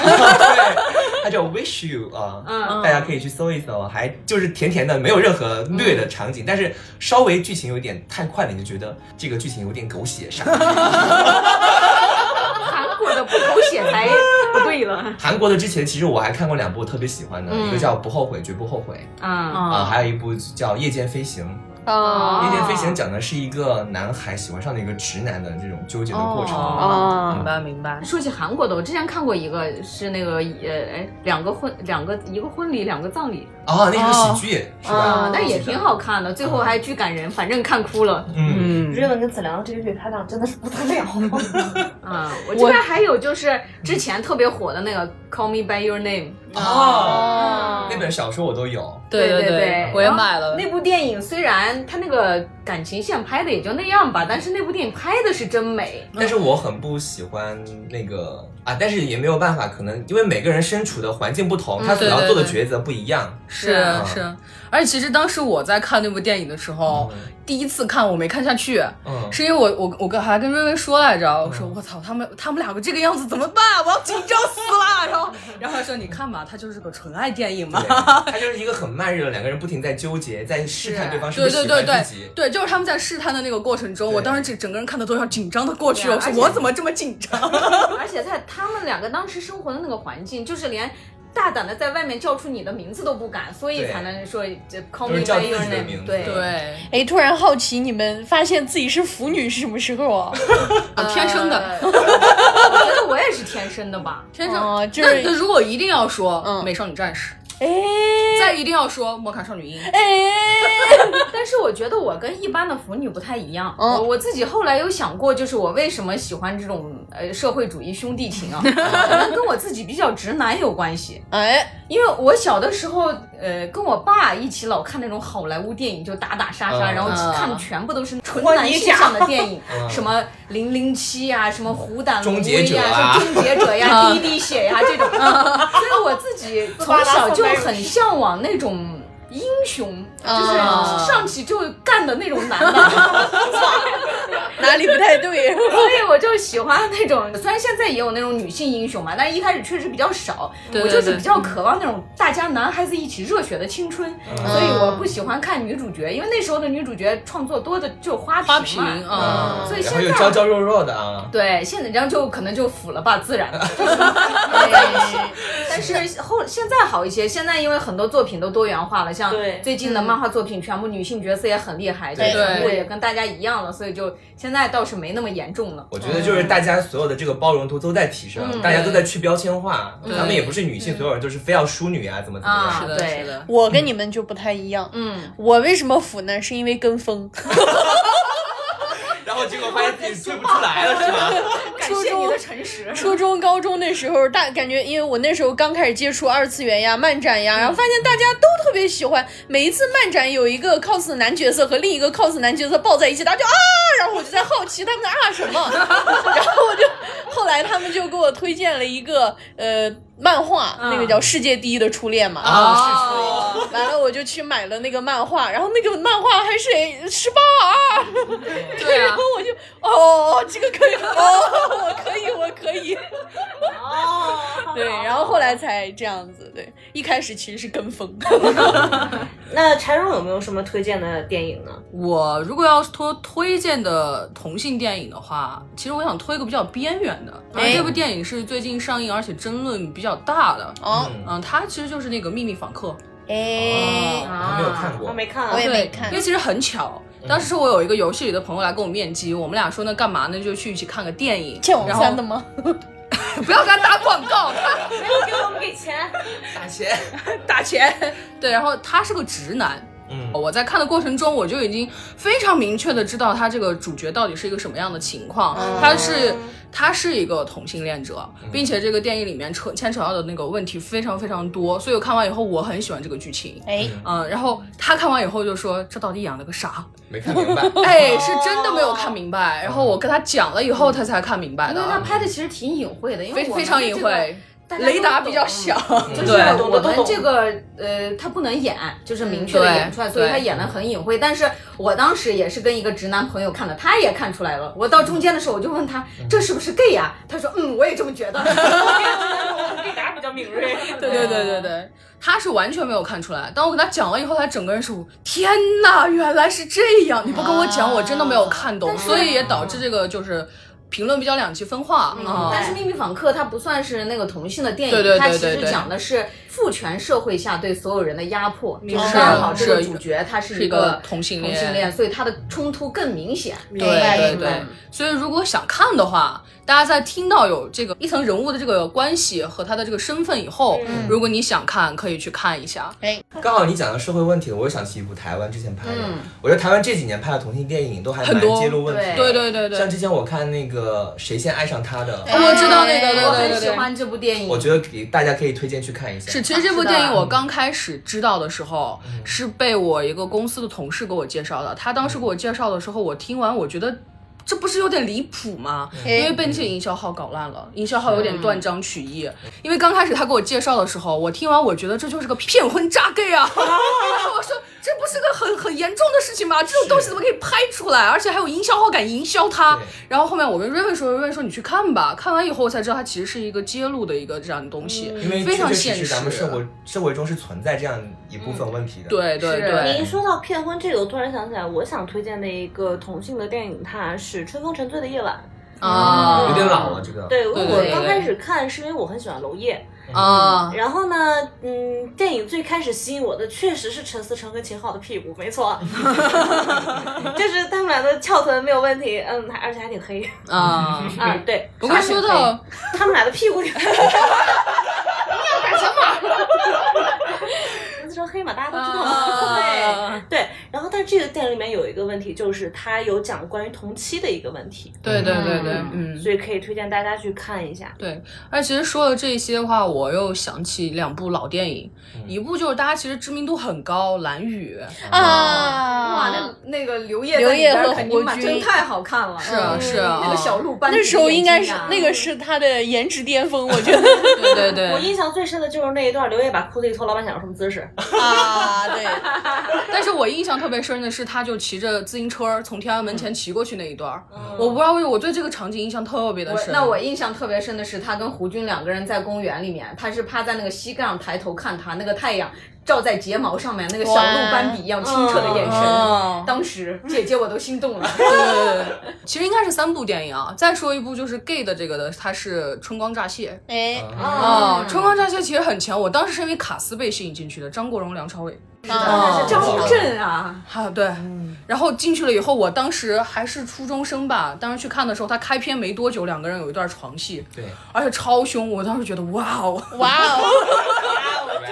它叫 Wish You 啊、嗯大家可以去搜一搜，还就是甜甜的，没有任何虐的场嗯景，但是稍微剧情有点太快了，你就觉得这个剧情有点狗血，傻逼。 韩国的不狗血才不对 了。韩国的之前其实我还看过两部特别喜欢的，一个叫《不后悔绝不后悔》嗯，啊、啊，还有一部叫《夜间飞行》。哦夜间飞行讲的是一个男孩喜欢上了一个直男的这种纠结的过程。哦，明白明白。说起韩国的，我之前看过一个是那个呃哎两个婚两个一个婚礼两个葬礼哦，那是个喜剧、是吧啊，？那也挺好看的，最后还巨感人，反正看哭了。嗯嗯，瑞文跟子良这个月他俩真的是不得了， 啊，我这边还有就是之前特别火的那个《Call Me by Your Name 哦，》，那对本小说我都有。对对对，我也买然后了。那部电影。虽然它那个感情线拍的也就那样吧，但是那部电影拍的是真美。但是我很不喜欢那个啊，但是也没有办法，可能因为每个人身处的环境不嗯同，他所要做的抉择不一 样。是啊是，而且其实当时我在看那部电影的时候，第一次看我没看下去，嗯，是因为我我我跟还跟瑞瑞说来着，我说我操，他们他们两个这个样子怎么办？ 我要紧张死了。然后然后他说你看吧，他就是个纯爱电影 嘛对。啊他就是一个很慢热的，两个人不停在纠结，在试啊探对方是不对是喜对对欢对自己。对，就是他们在试探的那个过程中，对我当时整整个人看的都要紧张的过去，对啊我说而且我怎么这么紧张？而且在他们两个当时生活的那个环境，就是连大胆的在外面叫出你的名字都不敢，所以对才能说这都 call me 是叫 by 自己的 your name 名字对。对，哎，突然好奇，你们发现自己是腐女是什么时候 啊？天生的。呃我觉得我也是天生的吧。天生哦就那是那如果一定要说《美少女战士》，哎再一定要说《魔卡少女樱》，哎，但是我觉得我跟一般的腐女不太一样，嗯我我自己后来有想过，就是我为什么喜欢这种呃社会主义兄弟情啊，可能跟我自己比较直男有关系。哎，因为我小的时候，呃，跟我爸一起老看那种好莱坞电影，就打打杀杀，嗯然后嗯看全部都是纯男性向的电影， 什么零零七呀，什么虎胆龙终结威者呀，啊什么终结者呀，滴滴血呀这种，所以我自己从小就很向往那种。英雄就是嗯上去就干的那种男 的，哪里不太对？所以我就喜欢那种， 虽然现在也有那种女性英雄嘛，但一开始确实比较少。对我就对是比较渴望那种大家男孩子一起热血的青春，嗯所以我不喜欢看女主角，因为那时候的女主角创作多的就是花花瓶瓶嘛。啊，嗯所以然后又现在娇娇弱弱的啊，对，现在这样就可能就腐了吧，自然。但是后现在好一些，现在因为很多作品都多元化了，像对最近的漫画作品全部女性角色也很厉害，就对程度也跟大家一样了，所以就现在倒是没那么严重了。我觉得嗯就是大家所有的这个包容度都在提升，大家都在去标签化。咱们也不是女性，所有人都是非要淑女啊，怎么怎么啊，样。的对 嗯是的我跟你们就不太一样，嗯，我为什么腐呢？是因为跟风。然后结果发现自己退不出来了，是吧？感谢你的诚实。初中、高中的时候，大感觉，因为我那时候刚开始接触二次元呀、漫展呀，然后发现大家都特别喜欢。每一次漫展有一个 cos 男角色和另一个 cos 男角色抱在一起，大家就啊，然后我就在好奇他们在啊什么， 然后我就后来他们就给我推荐了一个呃漫画，嗯那个叫《世界第一的初恋》嘛。啊哦，完了，我就去买了那个漫画，然后那个漫画还是十八啊，对然 啊后，我就哦，这个可以，哦，我可以，我可以。哦，对，然后后来才这样子。对，一开始其实是跟风。那柴荣有没有什么推荐的电影呢？我如果要说推荐的同性电影的话，其实我想推一个比较边缘的，而哎这部电影是最近上映，而且争论比较大的。哦，嗯， 嗯，它其实就是那个《秘密访客》，啊哎，我还没有看我过。没看啊我。也没对，看嗯因为其实很巧，当时我有一个游戏里的朋友来跟我面基，我们俩说那干嘛呢？就去一起看个电影。见我们然后三的吗？不要给他打广告，他没有给我们给钱，打钱。打钱。对，然后他是个直男。嗯，我在看的过程中，我就已经非常明确的知道他这个主角到底是一个什么样的情况。哦他是他是一个同性恋者，并且这个电影里面扯牵扯到的那个问题非常非常多，所以我看完以后我很喜欢这个剧情。哎，嗯，然后他看完以后就说：“这到底演了个啥？”没看明白。哎，是真的没有看明白。然后我跟他讲了以后，他才看明白哦因为他的，拍的其实挺隐晦的，因为非我非们常对隐这个晦，大家都雷达比较懂嗯小。 就是对我们这个呃，他不能演，就是明确的对演出来，所以他对演的很隐晦。但是我当时也是跟一个直男朋友看的，他也看出来了。我到中间的时候，我就问他这是不是 gay 呀、他说嗯，我也这么觉得。我们对答比较敏 锐。对对对对对，他是完全没有看出来。当我跟他讲了以后，他整个人是天哪，原来是这样！你不跟我讲，我真的没有看懂，所以也导致这个就是评论比较两极分化啊但。是《秘密访客》它不算是那个同性的电影，对对对它其对实对讲的是父权社会下对所有人的压迫。就是白刚好这个是主角他是是一一个个同性同恋性恋，所以他的冲突更明显。对对对，所以如果想看的话，大家在听到有这个一层人物的这个关系和他的这个身份以后，如果你想看，可以去看一下。刚好你讲到社会问题了，我又想起一部台湾之前拍的，我觉得台湾这几年拍的同性电影都还蛮嗯很多揭露问题的。对对对对像，之前我看那个《谁先爱上他的》，我知道那个，对我对很对喜对。欢这部电影。我觉得给大家可以推荐去看一下。是，其实这部电影我刚开始知道的时候，是被我一个公司的同事给我介绍的。他当时给我介绍的时候，我听完我觉得。这不是有点离谱吗？因为被那些营销号搞烂了，营销号有点断章取义。因为刚开始他给我介绍的时候，我听完我觉得这就是个骗婚诈 gay 啊！然后我说这不是个很很严重的事情吗？这种东西怎么可以拍出来？而且还有营销号敢营销它对。然后后面我跟瑞瑞说，瑞瑞说你去看吧。看完以后我才知道它其实是一个揭露的一个这样的东西。因为非常确确现实实实咱们社会社会中是存在这样一部分问题的。对对是对，你一说到骗婚这个，我突然想起来，我想推荐的一个同性的电影，它是《春风沉醉的夜晚》。啊，有点老了，这个。对，对我对刚对开始看是因为我很喜欢娄烨，啊，然后呢，嗯，电影最开始吸引我的确实是陈思诚跟秦昊的屁股，没 错，就是他们俩的翘臀没有问题，嗯，还而且还挺黑啊。啊，对，不过说到他们俩的屁股， 你要干什么？ 陈思诚黑嘛，大家都知道。啊，对，然后但这个电影里面有一个问题，就是他有讲关于同期的一个问题，对对对对，嗯。所以可以推荐大家去看一下。对，而其实说了这些的话，我又想起两部老电影，一部就是大家其实知名度很高，《蓝雨》啊，哇，那那个刘烨在刘里烨边和肯胡定嘛军真太好看了，嗯是啊是啊，那个小鹿斑比那时候应该是眼睛啊那个是他的颜值巅峰，我觉得对对对我。印象最深的就是那一段，刘烨把裤子一脱，老板想什么姿势？啊， 对，但是我印象特别深的是，他就骑着自行车从天安门前骑过去那一段儿，我不知道为什么我对这个场景印象特别的我深。啊那我印象特别深的是，他跟胡军两个人在公园里面，他是趴在那个膝盖上抬头看他，那个太阳照在睫毛上面，那个小鹿斑比一样清澈的眼神，嗯，当时姐姐我都心动了。嗯对，其实应该是三部电影啊。再说一部就是 gay 的这个的，它是《春光乍泄》哎，啊，嗯哦哦，《春光乍泄》其实很强，我当时是因为卡斯被吸引进去的，张国荣、梁朝伟。啊嗯张震啊，啊，对。然后进去了以后，我当时还是初中生吧，当时去看的时候，他开篇没多久，两个人有一段床戏，对，而且超凶，我当时觉得哇哦，哇哦，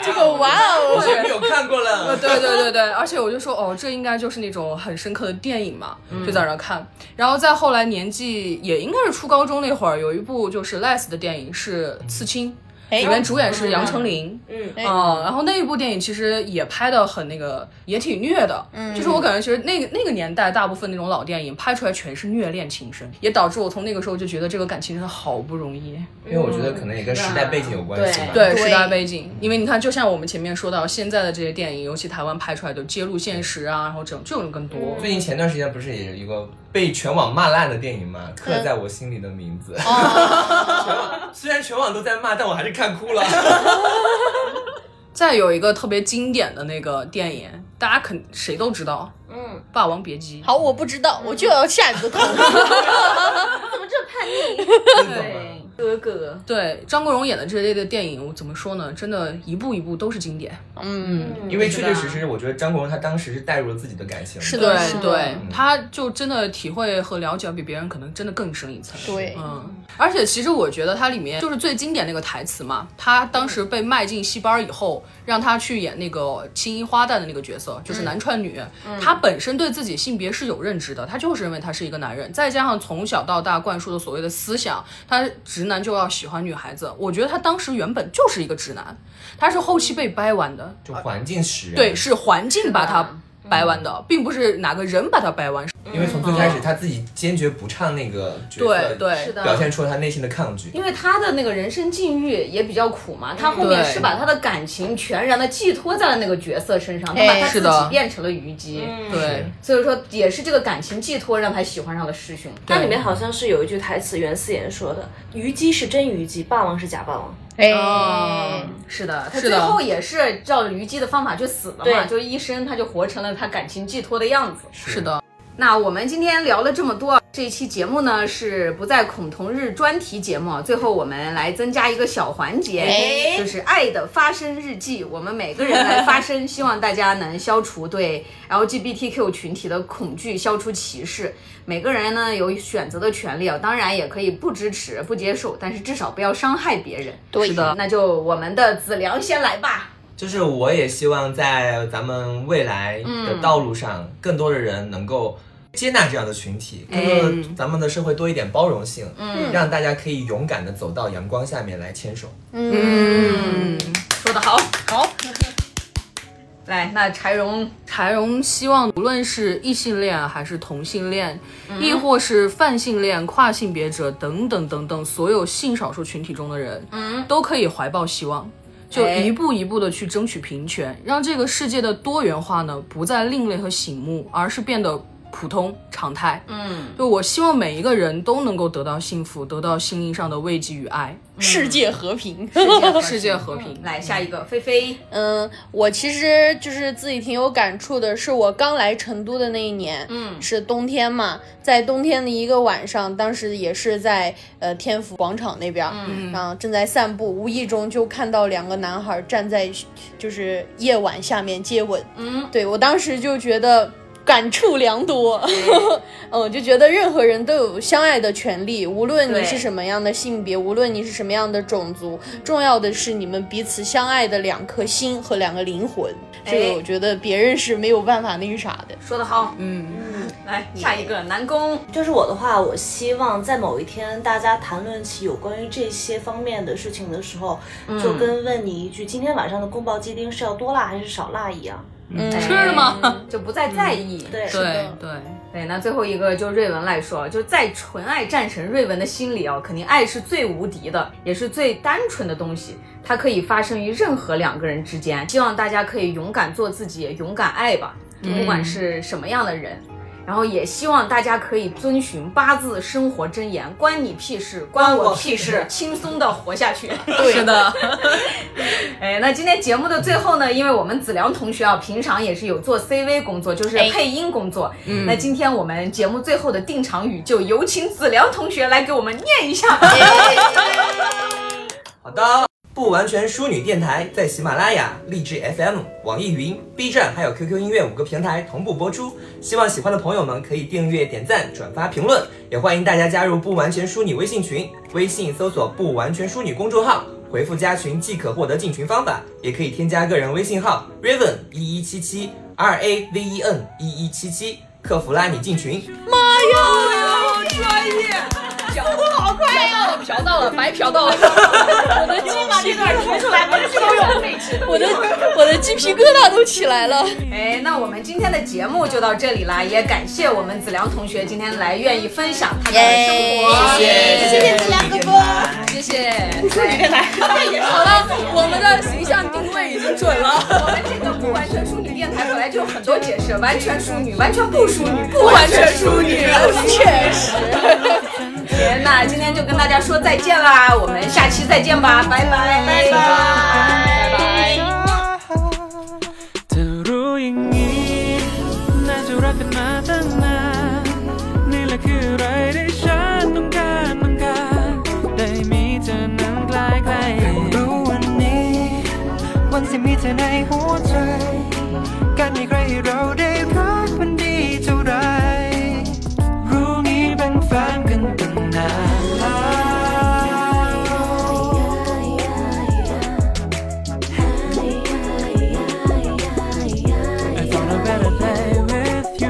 这个哇我哦，是没有看过了。对对对对，而且我就说哦，这应该就是那种很深刻的电影嘛，就在那嗯看。然后再后来年纪也应该是初高中那会儿，有一部就是 Less 的电影是《刺青》，里面主演是杨丞琳。哎嗯，哎嗯，然后那一部电影其实也拍的很那个，也挺虐的。嗯，就是我感觉其实那个那个年代大部分那种老电影拍出来全是虐恋情深，也导致我从那个时候就觉得这个感情真的好不容易。因为我觉得可能也跟时代背景有关系吧。对对时代背景，因为你看，就像我们前面说到，现在的这些电影，尤其台湾拍出来的揭露现实啊，然后这种这种更多。最近前段时间不是也有一个被全网骂烂的电影嘛，《嗯刻在我心里的名字》哦 全网虽然全网都在骂，但我还是看哭了。 再有一个特别经典的那个电影，大家肯谁都知道，嗯， 《霸王别姬》。好，我不知道，我就要下你的头。 怎么这叛逆？嗯对，哥哥，对张国荣演的这类的电影，我怎么说呢？真的，一步一步都是经典。嗯，因为确确实实，我觉得张国荣他当时是带入了自己的感情。是的是对对，他就真的体会和了解比别人可能真的更深一层。对，嗯，而且其实我觉得它里面就是最经典那个台词嘛，他当时被卖进戏班以后，让他去演那个青衣花旦的那个角色，就是男串女。他本身对自己性别是有认知的，他就是认为他是一个男人，再加上从小到大灌输的所谓的思想，他直男就要喜欢女孩子。我觉得他当时原本就是一个直男，他是后期被掰弯的，就环境使然。对，是环境把他掰弯的，并不是哪个人把他掰弯。因为从最开始他自己坚决不唱那个角色，对嗯对是的表现出了他内心的抗拒。因为他的那个人生境遇也比较苦嘛，他后面对是把他的感情全然的寄托在了那个角色身上，他哎把他是自的己变成了虞姬，嗯对，所以说也是这个感情寄托让他喜欢上了师兄。对那里面好像是有一句台词，袁思妍说的：“虞姬是真虞姬，霸王是假霸王。哎哦，，是的，他是最的后也是照着虞姬的方法去死了嘛，对就一生他就活成了他感情寄托的样子。是的，那我们今天聊了这么多，这一期节目呢是不在恐同日专题节目，最后我们来增加一个小环节，哎就是爱的发声日记，我们每个人来发声，希望大家能消除对 LGBTQ 群体的恐惧，消除歧视。每个人呢有选择的权利啊，当然也可以不支持、不接受，但是至少不要伤害别人。对的。那就我们的子良先来吧。就是我也希望在咱们未来的道路上，更多的人能够接纳这样的群体，更多的咱们的社会多一点包容性，嗯，让大家可以勇敢的走到阳光下面来牵手。嗯，说得好，好。 来，那柴荣，柴荣希望，无论是异性恋还是同性恋，亦或是泛性恋、跨性别者等等等等，所有性少数群体中的人，嗯，都可以怀抱希望，就哎一步一步的去争取平权，让这个世界的多元化呢，不再另类和醒目，而是变得普通常态。嗯，就我希望每一个人都能够得到幸福，得到心灵上的慰藉与爱，世界和平。世界和平。嗯来下一个菲菲，嗯，我其实就是自己挺有感触的，是我刚来成都的那一年，嗯，是冬天嘛，在冬天的一个晚上，当时也是在呃天府广场那边，嗯，然后正在散步，无意中就看到两个男孩站在就是夜晚下面接吻，嗯，对我当时就觉得。感触良多， 嗯，我就觉得任何人都有相爱的权利，无论你对是什么样的性别，无论你是什么样的种族，重要的是你们彼此相爱的两颗心和两个灵魂。这哎个我觉得别人是没有办法那个啥的。说得好，嗯，来下一个南宫，就是我的话，我希望在某一天大家谈论起有关于这些方面的事情的时候，就跟问你一句今天晚上的宫保鸡丁是要多辣还是少辣一样。嗯是吗？哎嗯就不再在意。对，对对，对，那最后一个就瑞文来说，就在纯爱战神瑞文的心里哦，肯定爱是最无敌的，也是最单纯的东西，它可以发生于任何两个人之间。希望大家可以勇敢做自己，勇敢爱吧，嗯不管是什么样的人。然后也希望大家可以遵循八字生活真言，关你屁事，关我屁事，轻松的活下去。是的，哎，那今天节目的最后呢，因为我们子良同学啊，平常也是有做 CV 工作，就是配音工作。嗯，那今天我们节目最后的定场语，就有请子良同学来给我们念一下。好的，不完全淑女电台在喜马拉雅、荔枝 FM、网易云、B 站还有 QQ 音乐五个平台同步播出。希望喜欢的朋友们可以订阅、点赞、转发、评论，也欢迎大家加入不完全淑女微信群，微信搜索“不完全淑女”公众号。回复加群即可获得进群方法，也可以添加个人微信号 raven 一一七七 r a v e n 一一七七，客服拉你进群。妈呀，专业，速度好快呀！嫖到了，白嫖到了，我的鸡把这段说出来，我的鸡肉我的我的鸡皮疙瘩都起来了。哎，那我们今天的节目就到这里啦，也感谢我们子良同学今天来愿意分享他的生活，谢谢谢谢子良哥哥。谢谢。好了，我们的形象定位已经准了，我们这个不完全淑女电台本来就有很多解释，完全淑女、完全不淑女、不不完完全全淑淑女女。，确实。 天呐，今天就跟大家说再见啦，我们下期再见吧，拜拜，拜拜，拜拜。 드로잉이 나조라게 맞았나 네가 그라이를 샷눈가 눈가 나의 미드는 글라이 글라이 강도원니 원세 미드 나의 호재 간이 그레이 로드의 가쁜 디조라이 룽이 뱅팡 근근 나 I found a better day with you.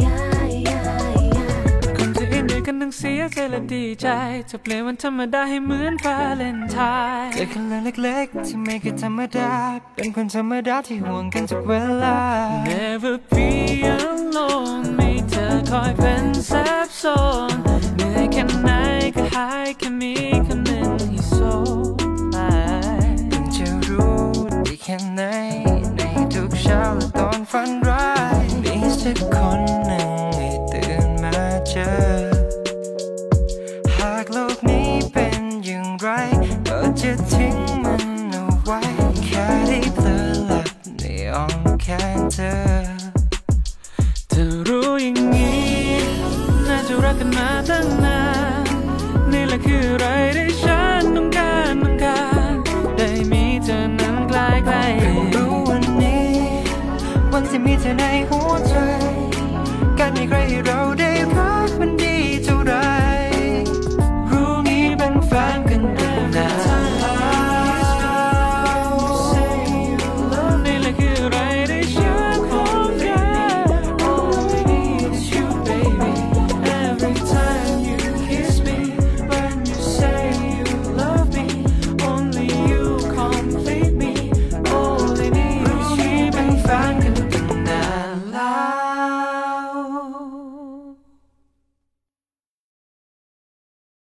Mm. คนจะอินด้วยกันทั้งเสียใจและดีใจจะเปลี่ยนวันธรรมดาให้เหมือนวาเลนไทน์แต่คนเรื่องเล็กๆที่ไม่เคยธรรมดา เป็นคนธรรมดาที่ห่วงกันทุกเวลา Never be alone ไม่เธอคอยเป็นแซฟโซนเหนื่อยแค่ไหนก็หายแค่มีคนหนึ่งที่โซลาย ถึงจะรู้ดีแค่ไหน ในทุกเช้าและตอนฝันร้ายมีสักคนหนึ่งให้ตื่นมาเจอ หากโลกนี้เป็นอย่างไร ก็จะทิ้งมันเอาไว้ แค่ได้เผลอหลับในอ้อมแขนเธอ เธอรู้อย่างนี้ น่าจะรักกันมาตั้งนาน นี่แหละคืออะไรที่ฉันต้องการต้องการได้มีเธอนั้นใกล้ใกล้ๆเพิ่งรู้วันนี้ วันที่มีเธอในหัวใจ การมีใครให้เราได้รักมันดี